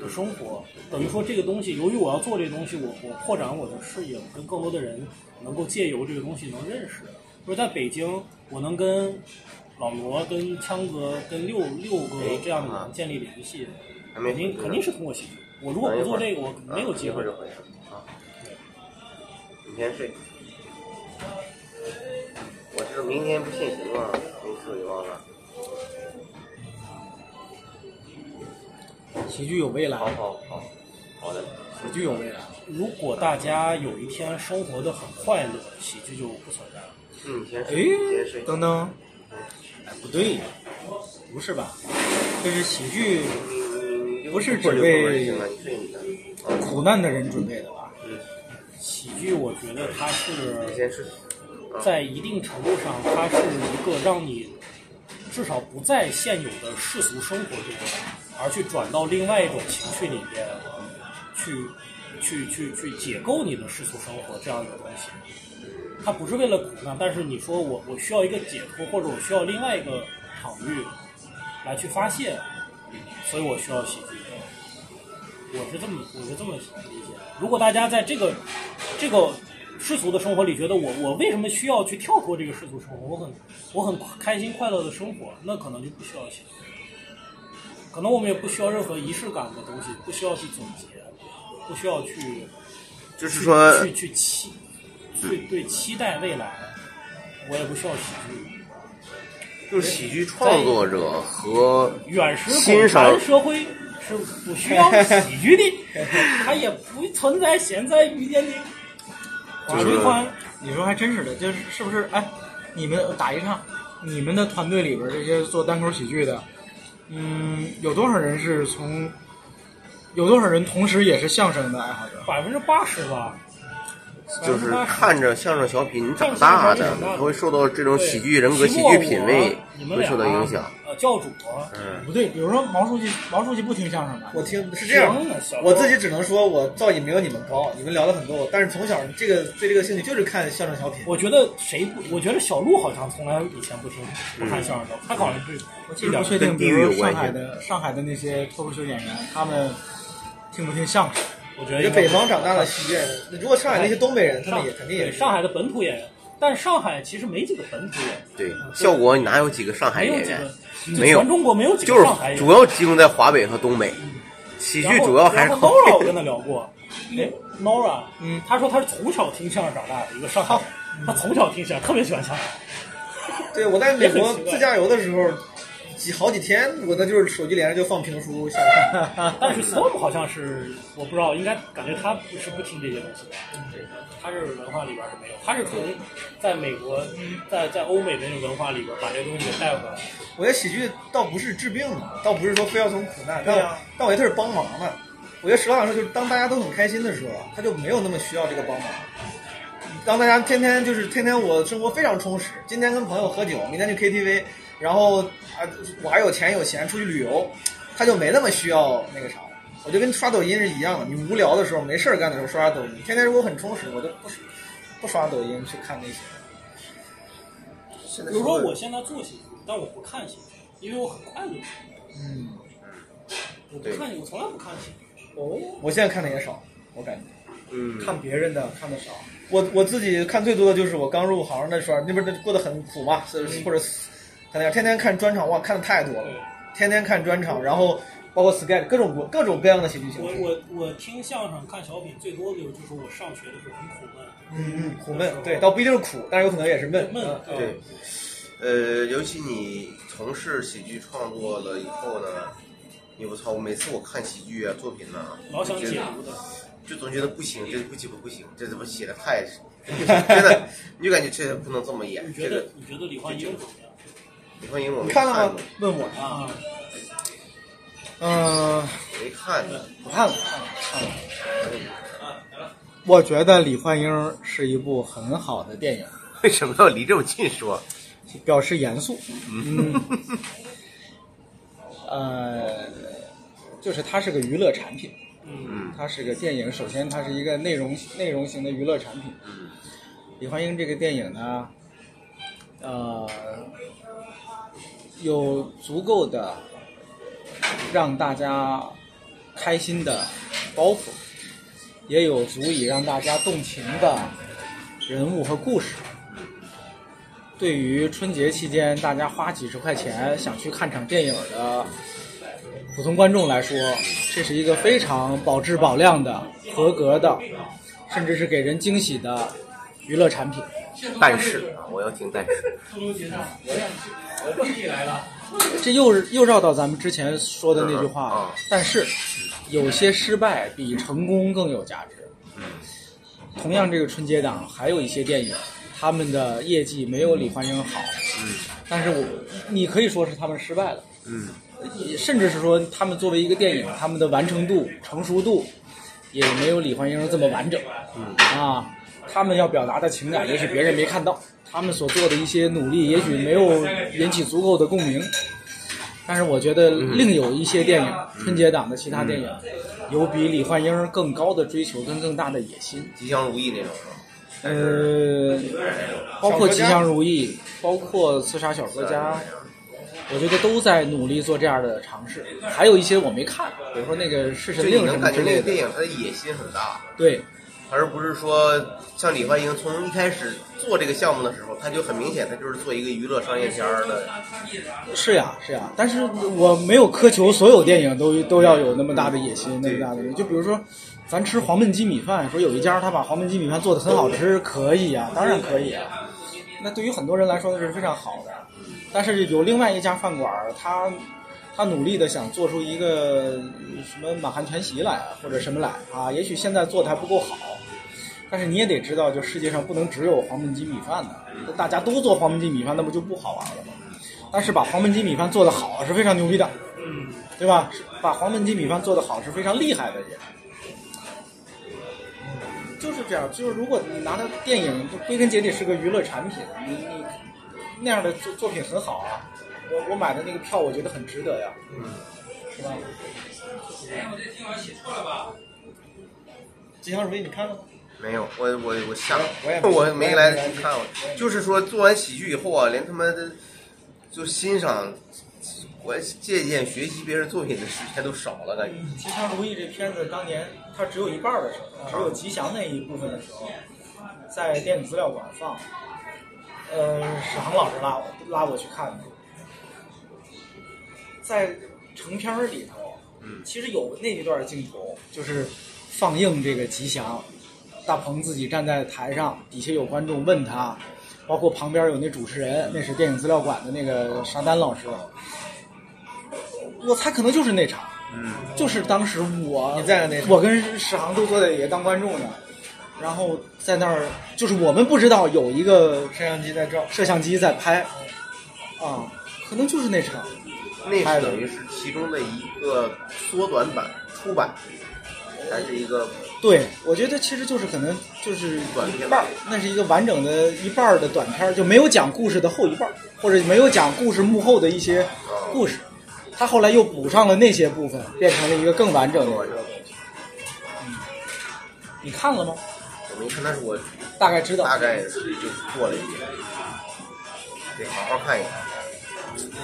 S3: 的生活。等于说，这个东西，由于我要做这个东西，我我扩展我的视野，我跟更多的人能够借由这个东西能认识。就是在北京，我能跟老罗、跟枪哥、跟六六个这样的人建立联系，
S2: 还没
S3: 肯定肯定是通过喜剧。我如果不做这个，我没有机会
S2: 啊一会儿。就回来了啊你先睡。我这明天不限行啊，没事就忘了。
S7: 喜剧有未来
S2: 好，好好，好的。
S7: 喜剧有未来。
S3: 如果大家有一天生活的很快乐，喜剧就不存在了。
S2: 嗯，你先
S7: 哎
S2: 睡，你先睡。，
S7: 等等，哎，不对，不是吧？这是喜剧
S2: 你
S7: 不是
S2: 一会儿
S7: 只
S2: 就回来
S7: 为
S2: 行了，你睡你的。
S7: 苦难的人准备的吧？
S3: 喜剧，我觉得它
S2: 你
S3: 是
S2: 先睡。
S3: 在一定程度上，它是一个让你至少不在现有的世俗生活中，而去转到另外一种情绪里边去。去去去解构你的世俗生活这样一个东西，它不是为了苦难，但是你说我我需要一个解脱，或者我需要另外一个场域来去发泄，所以我需要喜剧。我是这么我是这么理解。如果大家在这个这个世俗的生活里觉得我我为什么需要去跳脱这个世俗生活，我很我很开心快乐的生活，那可能就不需要喜剧，可能我们也不需要任何仪式感的东西，不需要去总结，不需要去
S2: 就是说，嗯
S3: 去去期，去对期待未来，我也不需要喜剧。
S2: 就是喜剧创作者和
S3: 远时
S2: 欣
S3: 孔
S2: 赏
S3: 禅社会是不需要喜剧
S2: *laughs*
S3: 的，它也不存在现在遇见的
S2: 就是
S3: 循环。
S7: 你说还真是的，就是是不是？哎，你们打一趟，你们的团队里边这些做单口喜剧的，嗯，有多少人是从，有多少人同时也是相声的爱好者？
S3: 百分之八十吧， *laughs*
S2: 就是看着相声小品长大的，他会受到这种喜剧人格、
S3: 提
S2: 喜
S3: 过
S2: 剧
S3: 我
S2: 品味
S3: 你们
S2: 会
S3: 俩
S2: 受到影响。。
S3: 呃，教主
S2: 嗯，
S7: 不对，比如说毛书记，毛书记不听相声
S4: 我
S7: 的，
S4: 听是这样
S3: 行啊小
S4: 的，
S3: 时候
S4: 我自己只能说我造诣没有你们高，你们聊了很多，但是从小这个对这个兴趣就是看相声小品。
S3: 我觉得谁不？我觉得小鹿好像从来以前不听不看相声的，他好像是
S7: 我其实不确定，
S2: 跟
S7: 比
S2: 地域有
S7: 如
S2: 关
S7: 上
S2: 系
S7: 海的上海的那些脱口秀演员，他们听不听相声？
S3: 我觉
S4: 一个
S3: 得
S4: 北方长大的喜剧演员，如果上海那些东北人，他
S3: 上
S4: 们也肯定也
S3: 对
S4: 是
S3: 上海的本土演员，但上海其实没几个本土演员，
S2: 对，效果哪有几个上海
S3: 没有
S2: 演
S3: 几
S2: 员
S3: 个？，
S2: 没有
S3: 就全中国没有几
S2: 就是
S3: 个上海演员。
S2: 主要集中在华北和东北，喜剧主要还是
S3: 然后 Nora
S2: 靠
S3: 我跟他聊过，哎，Nora，嗯，他说他是从小听相声长大的一个上海人，他从小听相声，特别喜欢相声。
S4: 对，我在美国
S3: 也很奇怪
S4: 自驾游的时候，几好几天，我那就是手机连着就放评书下看。
S3: 但
S2: 嗯
S3: 是 Storm 好像是我不知道，应该感觉他不是不听这些东西
S2: 嗯
S3: 的，他是文化里边是没有，他是从在美国，在在欧美的那个文化里边把这东西给带回来。
S4: 我觉得喜剧倒不是治病的，倒不是说非要从苦难，但、
S3: 对呀
S4: 但我觉得它是帮忙的。我觉得石老板说，就是当大家都很开心的时候，啊他就没有那么需要这个帮忙。当大家天天就是天天，我生活非常充实，今天跟朋友喝酒，明天去 KTV，然后啊，我还有钱有闲出去旅游，他就没那么需要那个啥了。我就跟刷抖音是一样的，你无聊的时候没事儿干的时候刷刷抖音，天天如果很充实，我就不刷不刷抖音去看那些。
S2: 现在
S3: 比如说我现在做喜剧，但我不看喜剧，因为我很快乐。嗯，我不看，我从来不看喜剧。
S2: 哦
S4: 我现在看的也少，我感觉。
S2: 嗯，
S7: 看别人的看的少，
S4: 我我自己看最多的就是我刚入行那时候，那边儿过得很苦嘛，是或者死他那样，天天看专场，哇，看的太多了，天天看专场，然后包括 sketch 各种各种各样的喜剧形
S3: 我
S4: 式，
S3: 我我听相声、看小品最多的就是我上学的时候很苦闷，
S4: 嗯，苦闷，对，倒不一定是苦，但是有可能也是闷，
S3: 闷啊
S4: 嗯
S2: 对，呃，尤其你从事喜剧创作了以后呢，你我操，我每次我看喜剧啊作品呢、
S3: 老想
S2: 就觉
S3: 解
S2: 得
S3: 读的。
S2: 就总觉得不行，这不行不行，这怎么写的太，真的，你就感觉这不能这么演
S3: 你。觉得
S2: 这个
S3: 你觉得李焕英怎么样
S2: 李焕英我
S4: 你
S2: 没
S4: 看了
S2: 过，
S4: 吗？问我，
S3: 啊？
S7: 嗯，
S2: 没看呢。
S7: 不看了。
S1: 我觉得《李焕英》是一部很好的电影，
S2: 为什么要离这么近说？
S1: 表示严肃。嗯，呃，就是它是个娱乐产品，
S2: 嗯
S1: 它是个电影。首先，它是一个内容内容型的娱乐产品。
S2: 嗯
S1: 李焕英这个电影呢，呃，有足够的让大家开心的包袱，也有足以让大家动情的人物和故事。对于春节期间大家花几十块钱想去看场电影的普通观众来说，这是一个非常保质保量的、合格的，甚至是给人惊喜的娱乐产品。
S2: *laughs* 但是啊，我要听但是。
S1: 这又是又绕到咱们之前说的那句话
S2: 嗯
S1: 了
S2: 嗯。
S1: 但是，有些失败比成功更有价值。同样，这个春节档还有一些电影，他们的业绩没有《李焕英》好，但是我你可以说是他们失败了，
S2: 嗯，
S1: 甚至是说他们作为一个电影，他们的完成度、成熟度也没有《李焕英》这么完整。嗯啊，他们要表达的情感，也许别人没看到，他们所做的一些努力，也许没有引起足够的共鸣。但是我觉得另有一些电影，春节档的其他电影，有比《李焕英》更高的追求跟更大的野心。
S2: 吉祥如意那种是吧？
S1: 呃，包括《吉祥如意》，包括《刺杀小说家》，我觉得都在努力做这样的尝试。还有一些我没看，比如说那个《侍
S2: 就
S1: 神
S2: 你
S1: 令》什
S2: 能
S1: 么
S2: 感
S1: 之
S2: 觉
S1: 类
S2: 那个电
S1: 的。
S2: 影它的野心很大，
S1: 对，
S2: 而不是说像李焕英从一开始做这个项目的时候，他就很明显，他就是做一个娱乐商业片儿的。
S1: 是呀，是呀。但是我没有苛求所有电影都都要有那么大的野心，那么大的。就比如说，咱吃黄焖鸡米饭，说有一家他把黄焖鸡米饭做的很好吃，可以呀、当然可以啊。那对于很多人来说那是非常好的。但是有另外一家饭馆儿，他他努力的想做出一个呃什么满汉全席来，或者什么来啊，也许现在做的还不够好，但是你也得知道，就世界上不能只有黄焖鸡米饭的，那大家都做黄焖鸡米饭，那不就不好玩了吗？但是把黄焖鸡米饭做得好是非常牛逼的，
S3: 嗯，
S1: 对吧？是把黄焖鸡米饭做得好是非常厉害的人。就是这样，就是如果你拿它电影，就归根结底是个娱乐产品，你你那样的作作品很好啊，我我买的那个票我觉得很值得呀，是吧？
S4: 吉祥如意你看了吗？
S2: 没有，我我我下
S4: 我也，没
S2: *laughs* 我没来得及看，就是说做完喜剧以后啊，连他妈的就欣赏、我借鉴、学习别人作品的时间都少了，感觉。
S7: 《吉祥如意》这片子当年它只有一半儿的时候，只有吉祥那一部分的时候，在电影资料馆放，呃，史航老师拉我拉我去看的，在成片儿里头，嗯其实有那一段镜头，就是放映这个吉祥，大鹏自己站在台上，底下有观众问他，包括旁边有那主持人，那是电影资料馆的那个沙丹老师，我猜可能就是那场，嗯，就是当时我
S4: 你在那场
S7: 我跟史航都坐在底下当观众呢，然后在那儿就是我们不知道有一个
S4: 摄像机在照，
S7: 摄像机在拍，啊，可能就是那场，
S2: 那是等于是其中的一个缩短版、出版，还是一个
S7: 对，我觉得其实就是可能就是
S2: 短
S7: 一
S2: 片啊
S7: 半儿，那是一个完整的一半儿的短片儿，就没有讲故事的后一半儿，或者没有讲故事幕后的一些故事。他后来又补上了那些部分，变成了一个更完整的。你看了吗？
S2: 我没看，但是我
S7: 大概知道。
S2: 大概是就过了一遍，得好好看一看。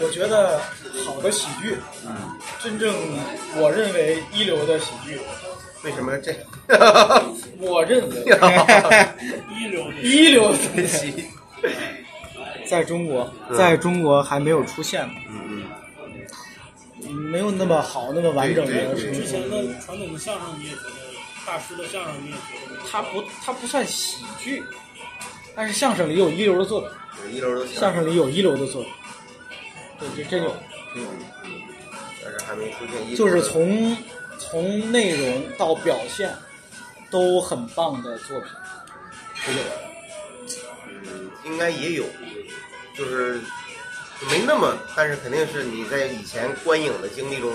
S7: 我觉得好的喜剧，真正我认为一流的喜剧，
S2: 为什 *laughs* 么这
S7: 我认
S2: *laughs*
S7: 为
S3: 一流的
S7: 一流的
S2: 分 *laughs* 析？
S7: 在中国，
S2: 嗯
S7: 在中国还没有出现嘛，
S2: 嗯
S7: 没有那么好、那么完整
S2: 对
S7: 的
S2: 对
S7: 呈
S2: 对
S3: 之前
S7: 现。
S3: 的传统的相声你也觉得，大师的相声你也觉得，
S7: 它不，它不算喜剧，但是相声里有一流的作品，
S2: 有一楼都行，
S7: 相声里有一流的作品。对，这真有，
S2: 嗯但是还没出现一楼的，
S7: 就是从从内容到表现都很棒的作品，都有。
S2: 嗯，应该也有，就是就没那么，但是肯定是你在以前观影的经历中，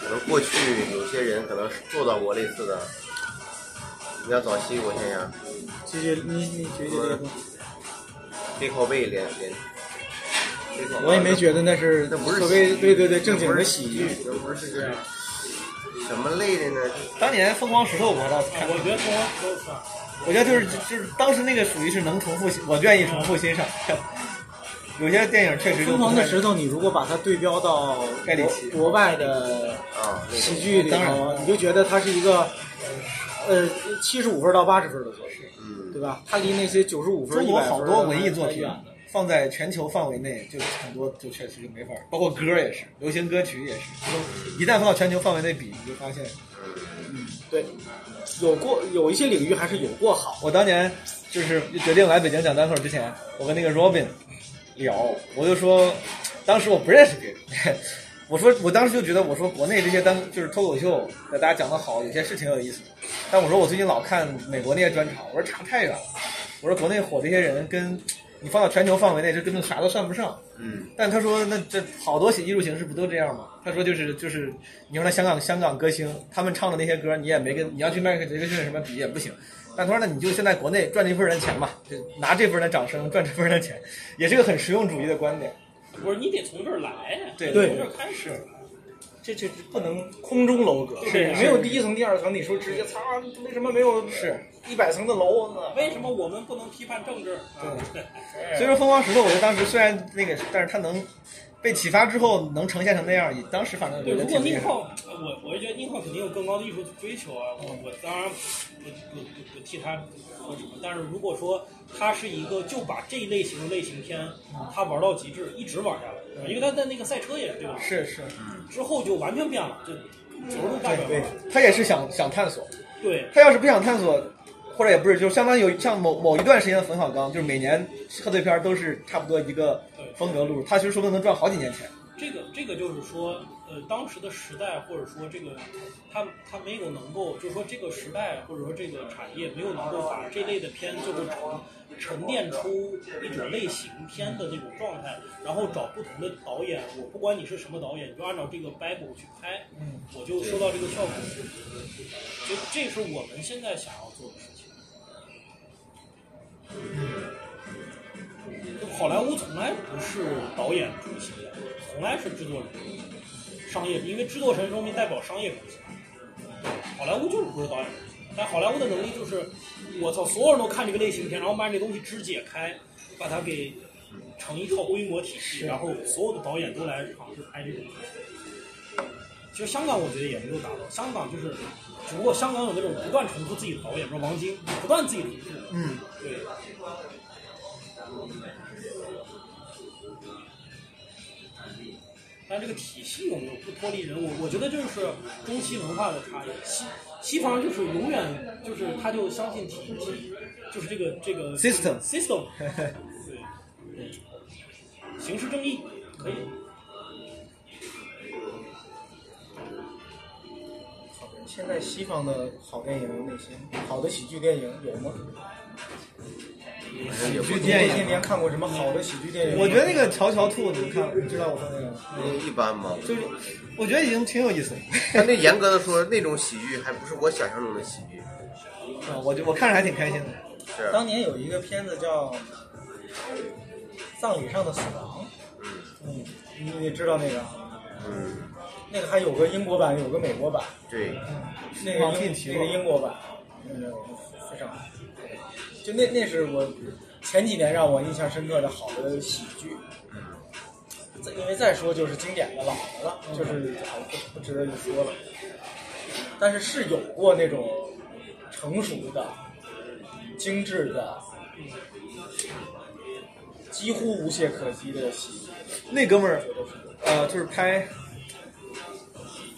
S2: 可能过去有些人可能是做到过类似的。你要早期，我想想，
S7: 这些你你觉得这个东西？
S2: 背靠背连连，背靠背
S7: 我也没觉得那是
S2: 那不是
S7: 所谓
S2: 喜剧
S7: 对对对正经
S2: 那不
S7: 的
S2: 是
S7: 喜剧，
S2: 那不是这样。什么类的呢？
S4: 当年疯狂石头我倒是看
S3: 我觉得中国都算
S4: 我觉得就是就是当时那个属于是能重复欣，我愿意重复欣赏。有些电影确实就
S7: 疯狂的石头，你如果把它对标到
S4: 盖里
S7: 国
S4: 奇
S7: 国外的
S2: 啊，那
S7: 喜
S2: 种
S7: 剧里
S4: 当
S7: 头，
S4: 然
S7: 你就觉得它是一个，呃，七十五分到八十分的作品，
S2: 嗯
S7: 对吧？它离那些九十五分、
S4: 中国
S7: 100分
S4: 好多文艺作品啊
S7: 还远
S4: 放在全球范围内，就很多就确实就没法儿，包括歌也是，流行歌曲也是，就一旦放到全球范围内比，你就发现，
S7: 对，有过有一些领域还是有过好，
S4: 我当年就是决定来北京讲单口之前，我跟那个 Robin 聊，我就说，当时我不认识别人。 *laughs* 我说，我当时就觉得，我说国内这些单就是脱口秀，大家讲的好，有些是挺有意思的。但我说我最近老看美国那些专场，我说差太远了。我说国内火这些人跟你放到全球范围内，就根本啥都算不上。
S2: 嗯，
S4: 但他说那这好多艺术形式不都这样吗？他说就是就是，你说那香港香港歌星他们唱的那些歌，你也没跟你要去迈克尔杰克逊什么比也不行。但他说那你就现在国内赚这份人的钱吧，就拿这份人的掌声 *laughs* 赚这份人的钱，也是个很实用主义的观点。
S3: 不是你得从这儿来呀，
S4: 对
S3: 从这儿开始，啊
S7: 这这不能空中楼阁，
S3: 是
S7: 没有第一层、第二层，你说直接擦，为什么没有
S4: 是，
S7: 一百层的楼呢？
S3: 为什么我们不能批判政治？啊 *laughs*
S4: 所以说《疯狂石头》，我觉得当时虽然那个，但是他能被启发之后能呈现成那样，也当时反正
S3: 对，
S4: 觉得
S3: 如果
S4: 挺厉
S3: 宁
S4: 害。
S3: 浩，呃我我是觉得宁浩肯定有更高的艺术追求啊。我我当然不不不不替他说什么，但是如果说他是一个就把这一类型的类型片他玩到极致，一直玩下来，因为他在那个赛车也是对吧？
S4: 是是，
S3: 之后就完全变了，就九十度大转弯。
S4: 他也是想想探索。
S3: 对，
S4: 他要是不想探索，或者也不是，就是相当于有像某某一段时间的冯小刚，就是每年贺岁片都是差不多一个风格路数，他其实说不定能赚好几年钱。
S3: 这个这个就是说，呃，当时的时代或者说这个，他他没有能够，就是说这个时代或者说这个产业没有能够把这类的片最后沉沉淀出一种类型片的那种状态，然后找不同的导演，我不管你是什么导演，你就按照这个 Bible 去拍，我就收到这个效果，就这是我们现在想要做的事情。就好莱坞从来不是导演主体，从来是制作人、商业，因为制作人说明代表商业主体。好莱坞就是不是导演主体，但好莱坞的能力就是，我操，所有人都看这个类型片，然后把这东西肢解开，把它给成一套规模体系，然后所有的导演都来尝试拍这种东西。其实香港我觉得也没有达到，香港就是，只不过香港有那种不断重复自己的导演，比如王晶不断自己重复，
S4: 嗯，
S3: 对。但这个体系有没有不脱离人物？我觉得这就是中西文化的差异。西西方就是永远就是他就相信体体，就是这个这个
S4: System *laughs*
S3: system，对，对，形式正义可以。
S7: 现在西方的好电影有哪些？好的喜剧电影有吗？
S2: 也不
S7: 最近这些年看过什么好的喜剧电影？
S4: 我觉得那个《乔乔兔》，你看，你知道我说那个吗，
S2: 一般吧。
S4: 就是我觉得已经挺有意思了。
S7: *laughs*
S2: 但那严格的说，那种喜剧还不是我想象中的喜剧。
S4: 啊，我就我看着还挺开心的。
S2: 是，
S7: 当年有一个片子叫《葬礼上的死亡》，嗯，你你知道那个啊？
S2: 嗯，
S7: 那个还有个英国版，有个美国版，
S2: 对，
S7: 那个
S4: 网
S7: 英
S4: 信提
S7: 那个
S4: 过嗯
S7: 英国版，那个非常好，就那那是我前几年让我印象深刻的好的喜剧。
S4: 嗯
S7: 再因为再说就是经典的老的了，就是不不值得一说了。但是是有过那种成熟的、精致的、几乎无懈可击的喜剧，
S4: 那哥们儿，呃，就是拍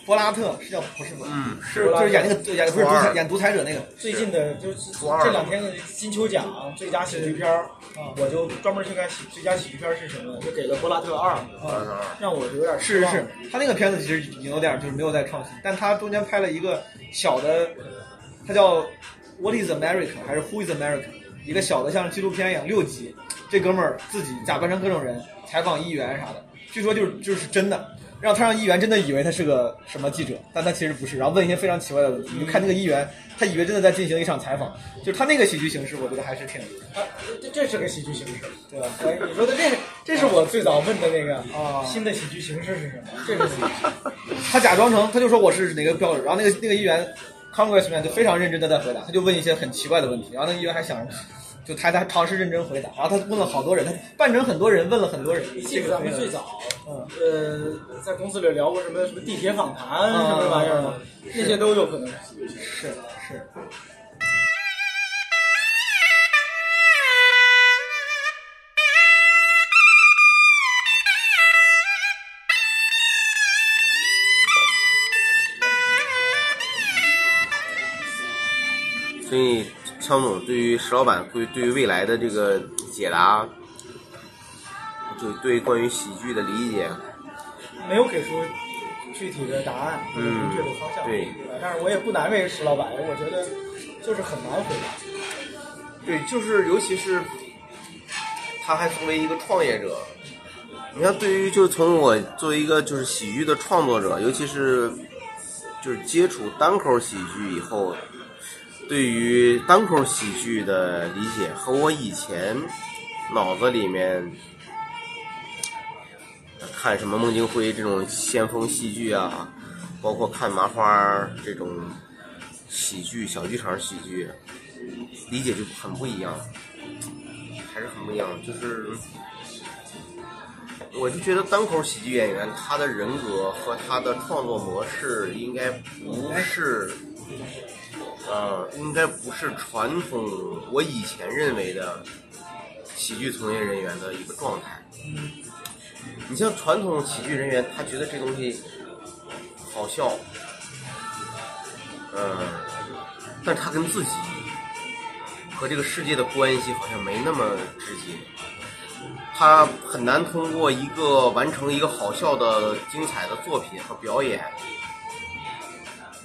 S4: 柏拉特，是叫不是吧？
S2: 嗯，
S4: 是就是演那个演不是独
S2: 初
S4: 裁
S2: 二
S4: 演独裁者那个，
S7: 最近的就是
S2: 初二
S7: 这两天的金球奖最佳喜剧片儿，啊我就专门去看喜最佳喜剧片儿是什么，就给了《柏拉特二》，让我有点失
S4: 是是
S7: 望
S4: 是，他那个片子其实已经有点就是没有再创新，但他中间拍了一个小的，他叫 What is America 还是 Who is America，一个小的像纪录片一样六集，这哥们儿自己假扮成各种人采访议员啥的，据说就是就是真的。让他让议员真的以为他是个什么记者，但他其实不是。然后问一些非常奇怪的问题，你就看那个议员，他以为真的在进行一场采访，就是他那个喜剧形式，我觉得还是挺
S7: 啊，这这是个喜剧形式，
S4: 对吧？
S7: 哎，你说的这这是我最早问的那个
S4: 啊
S7: 新的喜剧形式是什么？这是喜剧，
S4: 他假装成，他就说我是哪个标准，然后那个那个议员 congressman 就非常认真的在回答，他就问一些很奇怪的问题，然后那个议员还想，就他他尝试认真回答，然后他问了好多人，他扮成很多人问了很多人，
S7: 你记得咱们最早，
S4: 嗯
S7: 呃，在公司里聊过什么什么地铁访谈什么玩意
S3: 嗯
S7: 儿的
S4: 啊，
S7: 那些都有可能是喜剧形式。
S4: 是是，
S2: 所以枪总对于石老板对对于未来的这个解答，就对关于喜剧的理解，
S7: 没有给出具体的答案，
S2: 嗯
S7: 具体的方向。
S2: 对
S7: 吧，但是我也不难为石老板，我觉得就是很难回答。
S2: 对，就是尤其是他还成为一个创业者。你看，对于就是从我作为一个就是喜剧的创作者，尤其是就是接触单口喜剧以后，对于单口喜剧的理解和我以前脑子里面看什么孟京辉这种先锋戏剧啊，包括看麻花儿这种喜剧小剧场喜剧，理解就很不一样，还是很不一样。就是，我就觉得单口喜剧演员他的人格和他的创作模式应该不是，呃，应该不是传统我以前认为的喜剧从业人员的一个状态。你像传统喜剧人员，他觉得这东西好笑，嗯，但他跟自己和这个世界的关系好像没那么直接，他很难通过一个完成一个好笑的、精彩的作品和表演，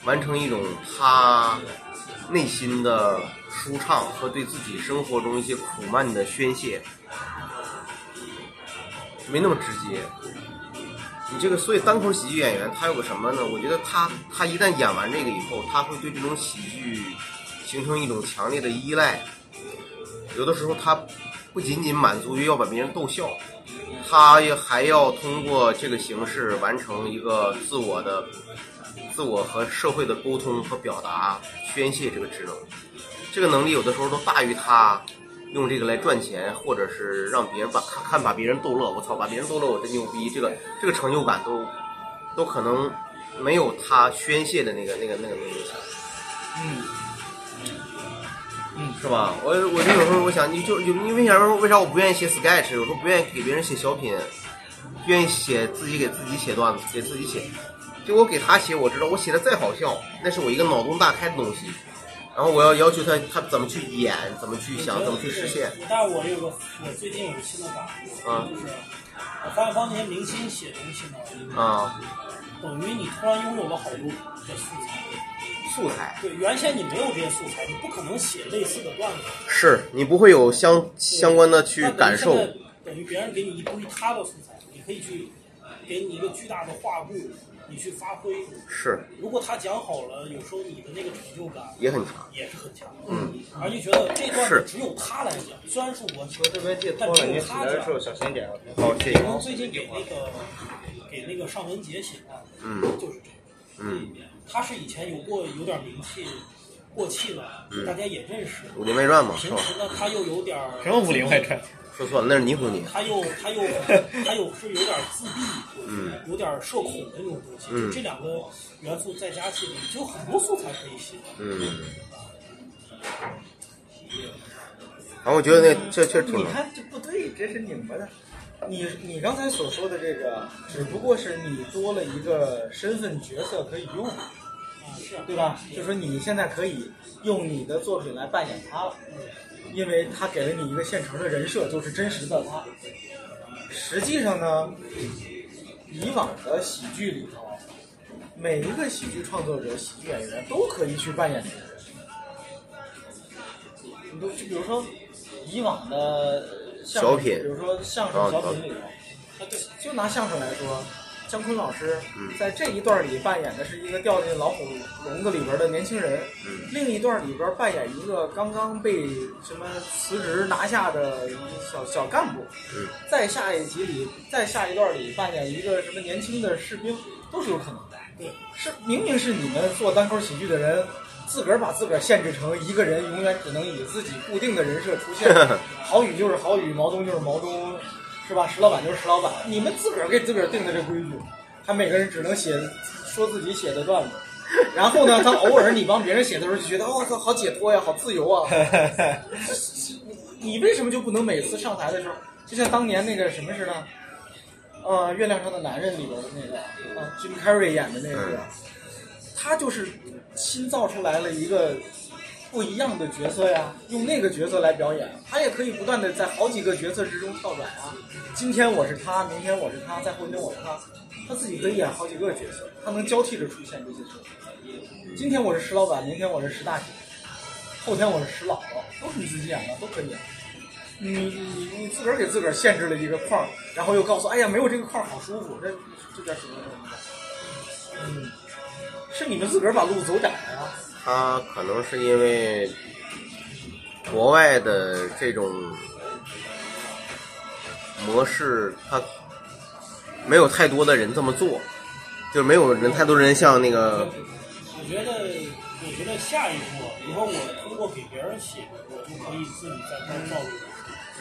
S2: 完成一种他内心的舒畅和对自己生活中一些苦闷的宣泄，没那么直接。你这个，所以单口喜剧演员他有个什么呢？我觉得他他一旦演完这个以后，他会对这种喜剧形成一种强烈的依赖。有的时候他不仅仅满足于要把别人逗笑，他也还要通过这个形式完成一个自我的、自我和社会的沟通和表达、宣泄这个职能。这个能力有的时候都大于他用这个来赚钱，或者是让别人把看看把别人逗乐。我操，把别人逗乐，我真牛逼！这个这个成就感都都可能没有他宣泄的那个那个那个那个强。
S7: 嗯
S2: 嗯，是吧？我我就有时候我想，你就就你为啥为啥我不愿意写 sketch？我说不愿意给别人写小品，愿意写自己给自己写段子，给自己写。就我给他写，我知道我写的再好笑，那是我一个脑洞大开的东西。然后我要要求他，他怎么去演，怎么去想，怎么去实现。
S3: 但是我有个，我最近有个新的感悟，
S2: 啊
S3: 就是我发现帮那些明星写东西呢，
S2: 啊，
S3: 等于你突然拥有了好多的素材。
S2: 素材
S3: 对，原先你没有这些素材，你不可能写类似的段子。
S2: 是你不会有相相关的去
S3: 那等于
S2: 感受
S3: 现。在等于别人给你一堆他的素材，你可以去给你一个巨大的画布，你去发挥。
S2: 是，
S3: 如果他讲好了，有时候你的那个成就感
S2: 也很强。
S3: 也是很强。嗯，而且觉得这段
S2: 是
S3: 子只有他来讲，虽然是我讲，
S8: 这边借拖了，你起来的时候小心点啊，别好这
S3: 可能
S8: 个。
S3: 最近给那个给那个尚雯婕写的，
S2: 嗯
S3: 就是这个。
S2: 嗯，
S3: 他是以前有过有点名气，过气了，
S8: 嗯
S3: 大家也认识。
S2: 《武林外传》嘛，是
S3: 平
S2: 吧？
S3: 时呢，他又有点儿
S8: 什么武林外传？
S2: 说错了，那是尼古尼。
S3: 他又他
S2: *laughs*
S3: 又他又是有点自闭，有点社恐的那种东西。
S2: 嗯
S3: 就这两个元素再加起来，就有很多素材可以写。
S2: 嗯。然后我觉得那这确实挺
S4: 你
S2: 难。
S4: 看这不对，这是拧巴的。你你刚才所说的这个，只不过是你多了一个身份角色可以用，
S3: 啊，是啊，
S4: 对吧？就说你现在可以用你的作品来扮演他了，因为他给了你一个现成的人设，就是真实的他。实际上呢，以往的喜剧里头，每一个喜剧创作者、喜剧演员都可以去扮演别人。你都就比如说以往的呃相声
S2: 小品
S4: 比如说相声、小
S2: 哦
S4: 品里头，就拿相声来说，姜昆老师
S2: 嗯
S4: 在这一段里扮演的是一个掉进老虎笼子里边的年轻人，
S2: 嗯
S4: 另一段里边扮演一个刚刚被什么辞职拿下的小小干部，
S2: 嗯
S4: 再下一集里，再下一段里扮演一个什么年轻的士兵，都是有可能的。
S3: 对，
S4: 是明明是你们做单口喜剧的人，自个儿把自个儿限制成一个人永远只能以自己固定的人设出现。郝宇就是郝宇，毛东就是毛东，是吧？石老板就是石老板，你们自个儿给自个儿定的这规矩，他每个人只能写说自己写的段子。然后呢，他偶尔你帮别人写的时候，就觉得我靠、好解脱呀，好自由啊。你为什么就不能每次上台的时候，就像当年那个什么似的，呃，《月亮上的男人》里边的那个，啊，Jim Carrey 演的那个，
S2: 嗯
S4: 他就是新造出来了一个不一样的角色呀，用那个角色来表演，他也可以不断的在好几个角色之中跳转啊。今天我是他，明天我是他，再后天我是他，他自己可以演好几个角色，他能交替着出现这些角色。今天我是石老板，明天我是石大姐，后天我是石姥姥，都是你自己演的，都可以演。你你你自个儿给自个儿限制了一个框儿，然后又告诉，哎呀，没有这个框儿好舒服，这这叫什么？嗯，是你们自个儿把路走窄了、呀。
S2: 他可能是因为国外的这种模式，他没有太多的人这么做，就是没有人太多人像那个
S3: 我觉得，我觉得下一步，如果我通过给别人写，我就可以自己在这道路。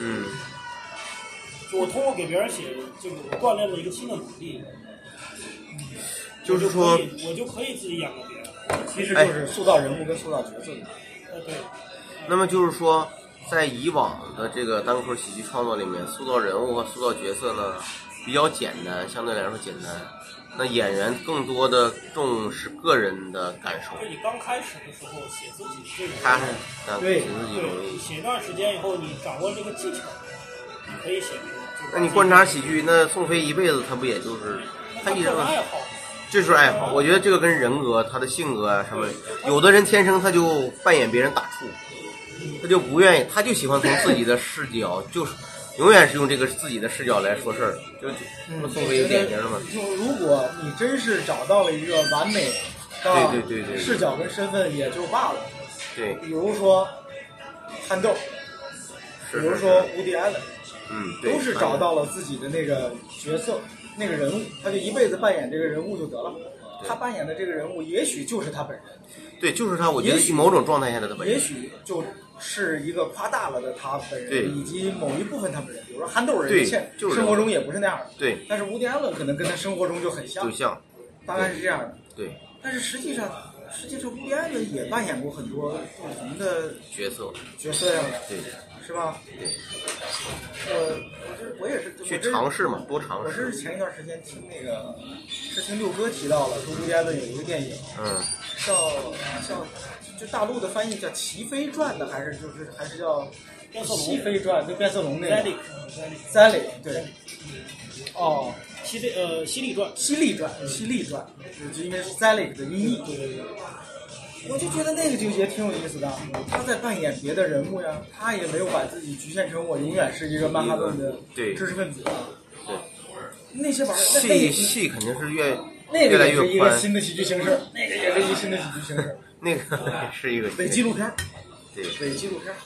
S2: 嗯
S3: 就我通过给别人写，这个我锻炼了一个新的能力，
S2: 就是
S3: 我
S2: 说
S3: 就可以我就可以自己演个别人。
S4: 其实就是塑造人物跟塑造角色。
S3: 呃，对，
S2: 那么就是说，在以往的这个单口喜剧创作里面，塑造人物和塑造角色呢比较简单，相对来说简单。那演员更多的重视个人的感受，
S3: 就你刚开始的时候写自己这个，
S2: 他那
S4: 对
S2: 挺自己容
S3: 对，
S2: 易。
S3: 写一段时间以后，你掌握这个技巧，你可以写别人。就是
S2: 那你观察喜剧，那宋飞一辈子他不也就是他
S3: 他
S2: 一
S3: 个
S2: 直
S3: 人爱好。
S2: 这是爱好。我觉得这个跟人格、他的性格啊什么，有的人天生他就扮演别人打怵，他就不愿意，他就喜欢从自己的视角，就是永远是用这个自己的视角来说事儿，就就宋飞典型的嘛。
S4: 就如果你真是找到了一个完美的
S2: 对对对对
S4: 视角跟身份也就罢了，
S2: 对，
S4: 比如说憨豆，
S2: 是
S4: 比如
S2: 是
S4: 说
S2: 是，
S4: 无敌艾伦，
S2: 嗯，对
S4: 都是找到了自己的那个角色、那个人物，他就一辈子扮演这个人物就得了。他扮演的这个人物，也许就是他本人。
S2: 对，就是他。我觉
S4: 也许
S2: 得某种状态下的他本
S4: 也
S2: 人，
S4: 许就是一个夸大了的他本
S2: 对
S4: 人，以及某一部分他本人，比如说憨豆人，
S2: 对
S4: 现
S2: 就是
S4: 生活中也不是那样的。
S2: 对，
S4: 但是吴迪安伦可能跟他生活中就很像
S2: 就，像
S7: 大概是这样的。
S2: 对
S7: 但是实际上，实际上 BI 呢也扮演过很多不同的
S2: 角色，
S7: 角色呀，
S2: 对，
S7: 是吧？
S2: 对
S4: 呃
S7: 我我这我也是我
S2: 去
S7: 这
S2: 尝试嘛，多尝
S7: 我
S2: 试
S7: 是。前一段时间听那个，是听六哥提到了说 BI 的有一个电影
S2: 嗯，
S7: 叫叫就大陆的翻译叫《齐飞传》的，还是就是还是叫
S3: 变色
S7: 《
S3: 龙
S7: 齐飞传》就变色龙那个
S3: Zelig，
S7: Sally 对，哦，
S3: 犀利呃犀利传，
S7: 《犀利传》《犀利传》就应该是 Sally 的音译。我就觉得那个就也挺有意思的，啊他在扮演别的人物呀，他也没有把自己局限成我永远是一个曼哈顿的
S2: 对
S7: 知识分子。啊
S2: 对，
S7: 那些玩意儿，那那
S2: 戏戏肯定是越
S7: 那
S2: 越
S7: 个
S2: 来
S7: 也是一
S2: 越
S7: 个
S2: 宽，
S7: 新的喜剧形式，那个也是一个新的喜剧形式，
S2: 那
S4: 啊
S2: 个 *laughs* 是一个
S7: 伪纪录片儿，
S2: 对。
S7: 伪纪录片儿。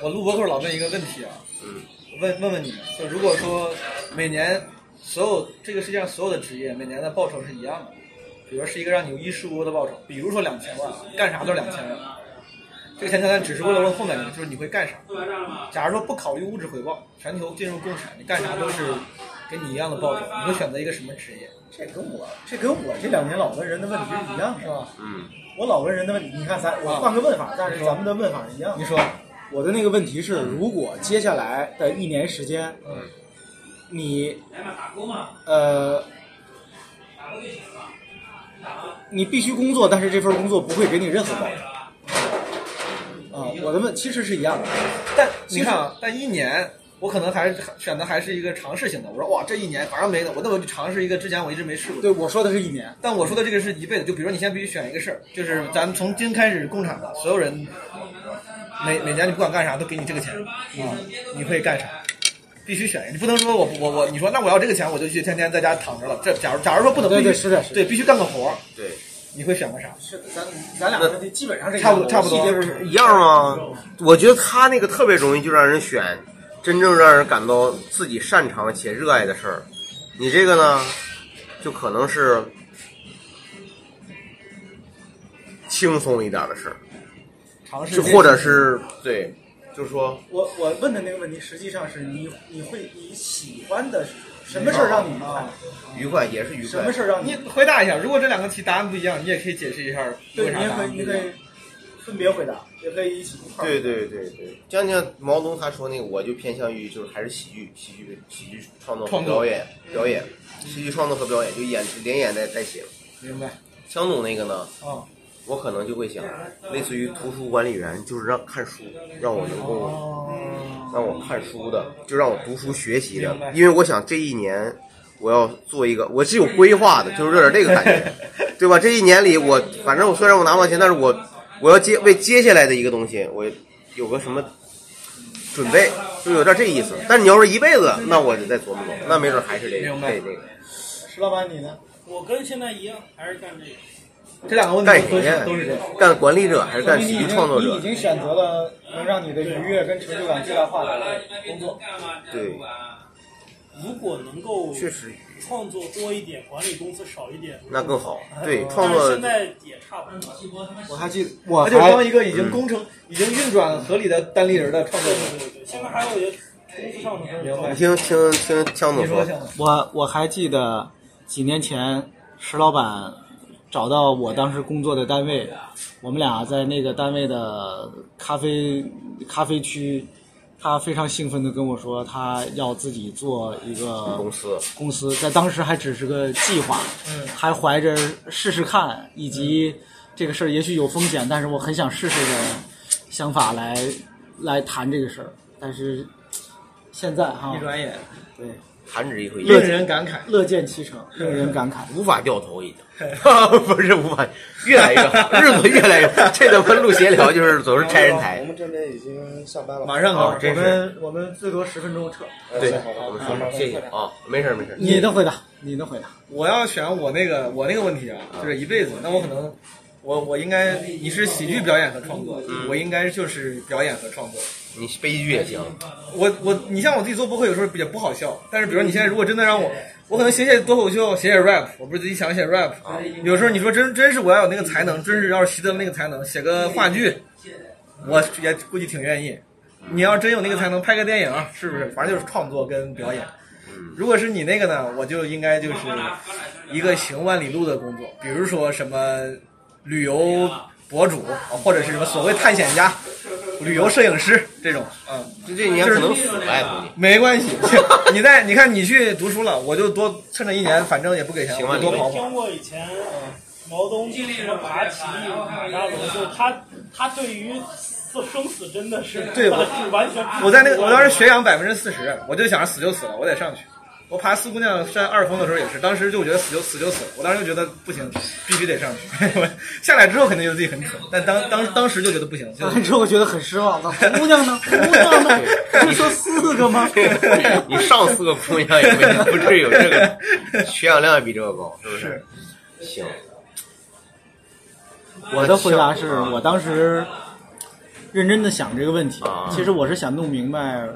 S4: 我录播客老问一个问题啊，问问问你们，就如果说每年所有这个世界上所有的职业每年的报酬是一样的，比如是一个让你有衣食无忧的报酬，比如说两千万，干啥都是两千万，这个钱单单只是为了问后面的，就是你会干啥。假如说不考虑物质回报，全球进入共产，你干啥都是给你一样的报酬，你会选择一个什么职业？
S7: 这跟我这跟我这两年老问人的问题是一样，是吧？
S2: 嗯，
S7: 我老问人的问题，你看咱我换个问法，但是咱们的问法是一样的。嗯
S4: 你说，
S7: 啊我的那个问题是，如果接下来的一年时间，你呃，你必须工作，但是这份工作不会给你任何报酬。啊，我的问其实是一样的，
S4: 但你看啊，但一年我可能还是选的还是一个尝试型的。我说哇，这一年反正没的，我那我就尝试一个之前我一直没试过的。
S7: 对我说的是一年，嗯
S4: 但我说的这个是一辈子，就比如说你现在必须选一个事儿，就是咱们从今开始共产吧，所有人每每年你不管干啥都给你这个钱，啊，你会干啥？必须选一个，你不能说我我我，你说那我要这个钱，我就去天天在家躺着了。这假如假如说不能，
S7: 对
S4: 必须
S7: 对是的是的
S4: 对，必须干个活儿，
S2: 对，
S4: 你会选个啥？
S7: 是咱咱俩问题基本上是一
S4: 差
S7: 样
S4: 不
S7: 的
S4: 多差不多
S7: 细节不是
S2: 一样吗？我觉得他那个特别容易就让人选真正让人感到自己擅长且热爱的事儿。你这个呢，就可能是轻松一点的事儿，
S4: 尝试
S2: 就或者是对，就是说
S7: 我我问的那个问题，实际上是你你会你喜欢的什么事儿让你愉快？
S2: 愉快也是愉
S7: 什
S2: 快
S7: 么。事儿让你
S4: 你回答一下，如果这两个题答案不一样，你也可以解释一下
S7: 对，
S4: 为
S7: 你
S4: 啥
S7: 也
S4: 答
S7: 可以
S4: 案不
S7: 你
S4: 一
S7: 可
S4: 样。
S7: 以分别回答，也可以一起一块儿。
S2: 对对对对，像像毛泽东他说那个，我就偏向于就是还是喜剧、喜剧、喜剧创作和
S4: 创作
S2: 表演、表演、喜剧创作和表演，就演连演带带写。
S4: 明白
S2: 强总那个呢，
S4: 啊？
S2: 我可能就会想，类似于图书管理员，就是让看书，让我能够
S4: 哦，
S2: 让我看书的，就让我读书学习的
S4: 明白，
S2: 因为我想这一年我要做一个，我是有规划的，就是有点这个感
S4: *laughs*
S2: 觉，对吧？这一年里我反正我虽然我拿不到钱，但是我我要接为接下来的一个东西，我有个什么准备，就有点这意思。但是你要是一辈子，那我得再琢磨琢磨，那没准还是这个
S4: 明白
S2: 这这个
S7: 石老板你呢？
S3: 我跟现在一样，还是干这个。
S4: 这两个问
S2: 干
S4: 题都
S2: 谁呀
S4: 是都是这样。？
S2: 干管理者还是干
S7: 你
S2: 喜
S7: 已
S2: 剧
S7: 经
S2: 创作
S7: 你
S2: 者
S7: 已？经选择了能让你的愉悦跟成就感最大化的工作。
S2: 对，
S3: 如果能够
S2: 确实
S3: 创作多一点，管理公司少一点，
S2: 那更好。对，
S3: 但
S2: 创
S3: 是
S2: 作
S3: 现在也差不多。
S7: 我还记得，我
S4: 他就是当一个已经工程、已经运转合理的单立人的创作
S3: 对
S4: 者。
S3: 对对对，现在还有一个公司上的
S4: 明
S2: 你
S4: 白
S2: 听听听江总
S4: 你
S2: 说，
S4: 说行吗？
S1: 我我还记得几年前，石老板找到我当时工作的单位，我们俩在那个单位的咖啡咖啡区，他非常兴奋地跟我说，他要自己做一个
S2: 公司
S1: 公司，在当时还只是个计划，
S4: 嗯
S1: 还怀着试试看以及这个事儿也许有风险，但是我很想试试的想法来来谈这个事儿，但是现在哈，
S4: 一转眼，
S1: 对，
S2: 弹指一挥，
S1: 令人感慨，乐见其成，令人感慨。
S2: 无法掉头已经， *laughs* 不是无法，越来越好，日子越来越好。这他妈录闲聊就是总是拆人台
S9: 我。们这边已经下班了，
S4: 马上
S2: 啊
S4: 啊，
S2: 真
S1: 我
S2: 是
S1: 们我们最多十分钟撤。
S2: 对，
S9: 好的好的好的
S2: 谢谢啊，没事儿没事儿。
S1: 你的回答，你的回答， *laughs*
S4: 我要选我那个我那个问题啊，就是一辈子，那我可能我我应该你是喜剧表演和创作，我应该就是表演和创作。
S2: 你悲剧也行，
S4: 我我你像我自己做播客有时候也不好笑，但是比如你现在如果真的让我，我可能写写脱口秀，写写 rap，我不是自己想写 rap，有时候你说真真是我要有那个才能，真是要是习得了那个才能，写个话剧，我也估计挺愿意。你要真有那个才能，拍个电影是不是？反正就是创作跟表演。如果是你那个呢，我就应该就是一个行万里路的工作，比如说什么旅游博主，或者是什么所谓探险家、旅游摄影师这种，嗯。
S2: 这这你还可能死爱不你。
S4: 没关系， *laughs* 你在你看你去读书了，我就多趁着一年，反正也不给钱，
S2: 行吧
S4: 我就多
S2: 你
S4: 跑跑。
S3: 听过以前毛东什么马奇、马大龙，就他他对于死生死真的是
S4: 对我
S3: 是完全
S4: 我在那个我当时学养百分之四十，我就想着死就死了，我得上去。我爬四姑娘山二峰的时候也是，当时就觉得死就死就死了，我当时就觉得不行，必须得上去。 *laughs* 我下来之后肯定觉得自己很蠢，但当当当时就觉得不行，
S2: *laughs*
S4: 就
S1: 完之后觉得很失望。那红姑娘呢？红姑娘呢？ *laughs* 不是说四个吗？ *laughs*
S2: 你上四个姑娘也没不至于有这个学养量也比这个高，是不是？行，
S1: 我的回答是我当时认真的想这个问题
S2: 啊，
S1: 其实我是想弄明白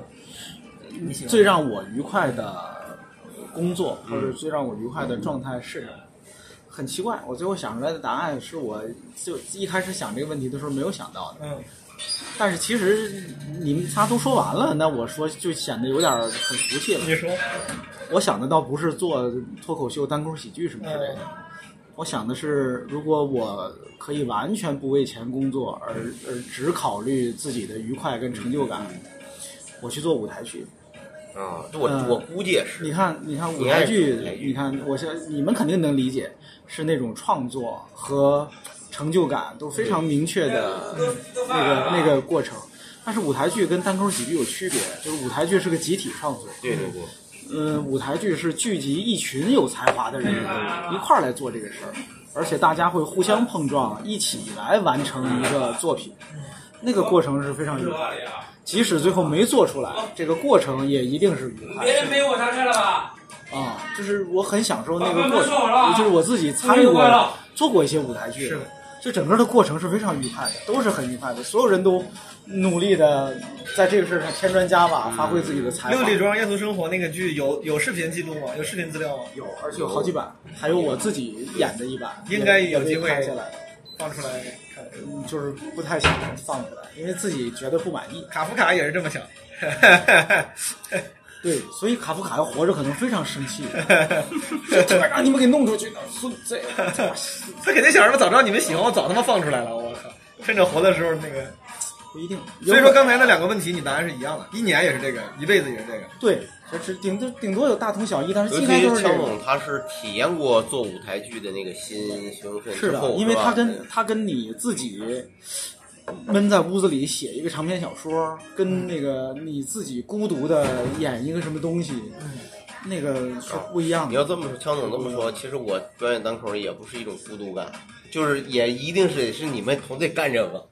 S1: 最让我愉快的工作或
S4: 嗯
S1: 者最让我愉快的状态是什么。很奇怪，我最后想出来的答案是我就一开始想这个问题的时候没有想到的。
S4: 嗯，
S1: 但是其实你们仨都说完了，那我说就显得有点很俗气了。
S4: 你说
S1: 我想的倒不是做脱口秀、单口喜剧什么之
S4: 嗯
S1: 类的，我想的是，如果我可以完全不为钱工作，而而只考虑自己的愉快跟成就感，
S2: 嗯
S1: 我去做舞台剧。
S2: 啊，这我
S1: 嗯
S2: 我估计也是，
S1: 你看，你看舞
S2: 你
S1: 台
S2: 爱
S1: 剧
S2: 舞台，剧
S1: 你看，我现你们肯定能理解，是那种创作和成就感都非常明确的那个那个过程。但是舞台剧跟单口喜剧有区别，就是舞台剧是个集体创作，
S2: 对对对，
S1: 嗯，舞台剧是聚集一群有才华的人一块儿来做这个事儿，而且大家会互相碰撞，一起来完成一个作品，那个过程是非常愉快的。即使最后没做出来，这个过程也一定是愉快的
S10: 别人没我啥事了吧？
S1: 啊！就是我很享受那
S10: 老
S1: 个
S10: 板
S1: 过
S10: 们
S1: 程
S10: 说好了啊，
S1: 就是我自己参
S10: 生
S1: 与
S10: 日
S1: 过
S10: 快乐、
S1: 做过一些舞台剧，
S4: 是的
S1: 就整个的过程是非常愉快的，都是很愉快的，所有人都努力的在这个事儿上添砖加瓦，发挥自己的才华。
S4: 六里庄夜俗生活那个剧有有视频记录吗？有视频资料吗？
S1: 有，而且有好几版，还有我自己演的一版，
S4: 应该有机
S1: 也被
S4: 会
S1: 拍下来了，
S4: 放出来看。
S1: 嗯就是不太想放出来，因为自己觉得不满意。
S4: 卡夫卡也是这么想。 *laughs*
S1: 对，所以卡夫卡要活着可能非常生气， *laughs* 就他妈让你们给弄出去，孙子！
S4: 他肯定想什么？早知道你们喜欢，我早他妈放出来了！我靠，趁着活的时候那个。
S1: 不一定。
S4: 所以说刚才那两个问题，你答案是一样的，一年也是这个，一辈子也是这个。
S1: 对，就是顶多顶多有大同小异，但是
S2: 尤
S1: 应该
S2: 其
S1: 都是这
S2: 强
S1: 种。
S2: 总他是体验过做舞台剧的那个新兴奋
S1: 是
S2: 之
S1: 的
S2: 后，，
S1: 因为
S2: 是吧
S1: 他跟他跟你自己闷在屋子里写一个长篇小说，
S4: 嗯
S1: 跟那个你自己孤独的演一个什么东西，
S4: 嗯
S1: 那个是不一样
S2: 你
S1: 的。
S2: 要这么说，强总这么说，其实我表演单口也不是一种孤独感，就是也一定是是你们团队干这
S4: *laughs*
S2: 个，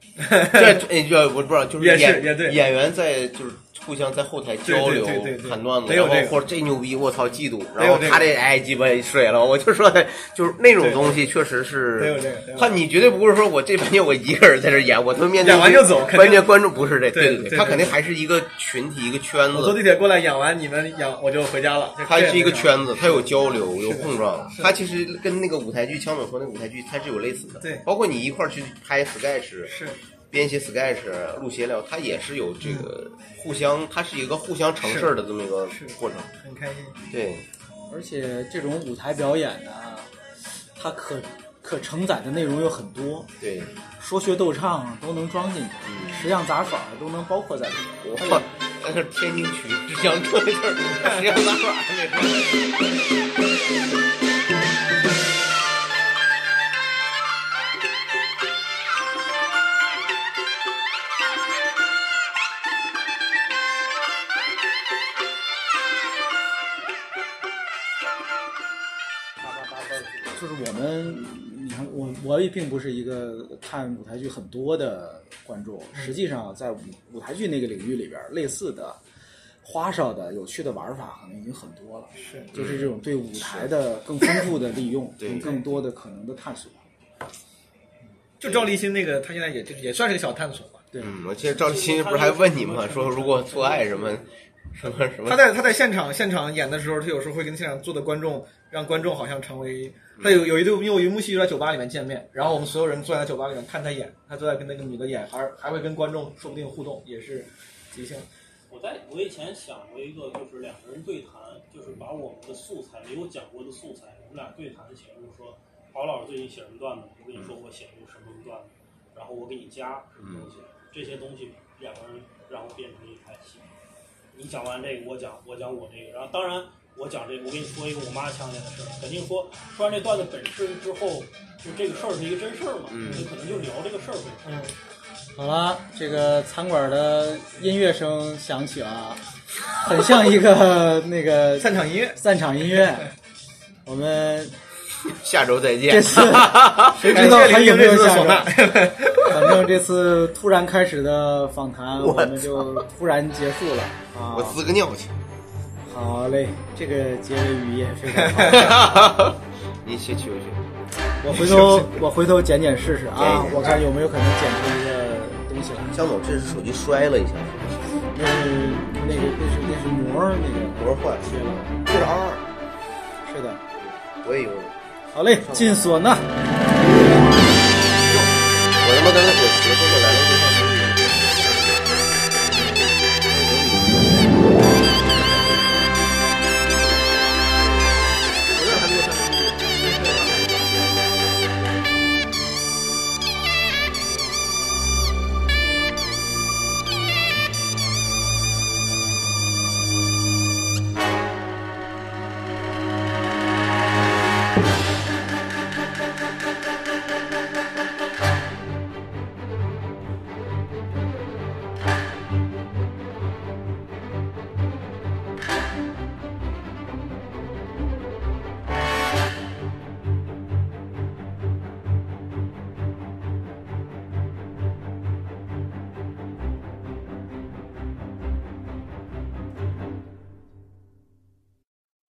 S2: 这这这我不知道，就是
S4: 也是
S2: 演
S4: 也对
S2: 演员在就是互相在后台交流
S4: 对对对对对
S2: 砍段子，
S4: 得有
S2: 然
S4: 这个
S2: 后或者这牛逼，我操嫉妒，
S4: 得
S2: 然
S4: 有
S2: 后
S4: 这个
S2: 他这哎鸡巴水了，我就说就是那种东西确实
S4: 得
S2: 是
S4: 有这个得有这个
S2: 他你绝对不是说我这半天我一个人在这演，我他妈面对
S4: 演完就走肯定
S2: 完全观众不是这，
S4: 对
S2: 对
S4: 对对
S2: 他肯定还是一个群体一个圈
S4: 我坐
S2: 子。
S4: 地铁过来，演完你们演，我就回家了。
S2: 它是一个
S4: 这。
S2: 圈子，它有交流，有碰撞。它其实跟那个舞台剧，枪总说那个舞台剧，它是有类似的。
S4: 对
S2: 包括你一块儿去拍 sketch，
S4: 是
S2: 编写 sketch、录闲聊，它也是有这个互相，它是一个互相成事儿的这么一个过程。
S4: 很开心，
S2: 对，
S1: 而且这种舞台表演呢，它可可承载的内容有很多，
S2: 对，
S1: 说学逗唱都能装进
S2: 嗯
S1: 去，十样杂耍都能包括在里面。
S2: 我 *laughs* 靠，那是天津曲只想这事 *laughs* 儿，只想咋耍那事儿。
S1: 就是我们，你看我我也并不是一个看舞台剧很多的观众，
S2: 嗯
S1: 实际上在舞舞台剧那个领域里边，类似的花哨的、有趣的玩法可能已经很多了，是，就是这种对舞台的更丰富的利用，
S2: 嗯对 *laughs*
S1: 更更多的可能的探索。
S4: 就赵立新那个，他现在也也算是个小探索吧。
S2: 嗯，我记得赵立新不是还问你吗？说如果做爱什么什么什么，
S4: 他在他在现场现场演的时候，他有时候会跟现场坐的观众，让观众好像成为他有有一度，因为我有一幕戏就在酒吧里面见面，然后我们所有人坐在酒吧里面看他演，他坐在跟那个女的演，还还会跟观众说不定互动，也是即兴。
S3: 我在我以前想过一个，就是两个人对谈，就是把我们的素材没有讲过的素材，我们俩对谈写入说，郝老师最近写什么段子，我跟你说我写入什么什么段子，然后我给你加什么东西，这些东西两个人然后变成一台戏。你讲完这个，我讲我讲我这个，然后当然我讲这个，我跟你说一个我妈强烈的事儿，肯定说说完这段子本身之后，就这个事儿是一个真事儿嘛，
S2: 嗯
S3: 就可能就聊这个事儿本身。
S1: 好了，这个餐馆的音乐声响起了，啊很像一个那个 *laughs*
S4: 散场音乐，
S1: 散场音乐。我们
S2: 下周再
S1: 这
S2: 见。 *laughs*
S1: 次谁知道还有没有下
S4: 唢
S1: 周
S4: 呐？
S1: 反正这次突然开始的访谈，我
S2: 我
S1: 们就突然结束了啊
S2: 我！滋个尿
S4: *laughs*
S2: 去。 *laughs*
S1: 好嘞，这个结尾语也非常
S2: *laughs*
S1: 好，
S2: 你先去不去？
S1: 我回头我回头剪剪试试啊
S2: 剪一，剪
S1: 我看有没有可能剪出一个东西来。
S2: 江总，这是手机摔了一下，
S1: 那是那个那是那是膜儿那个
S2: 膜坏了，
S1: 缺了，
S2: 这是 R 二，
S1: 是的。
S2: 我也有，
S1: 好嘞，进唢呐。
S2: 我他妈刚才我学过来了，我就放这里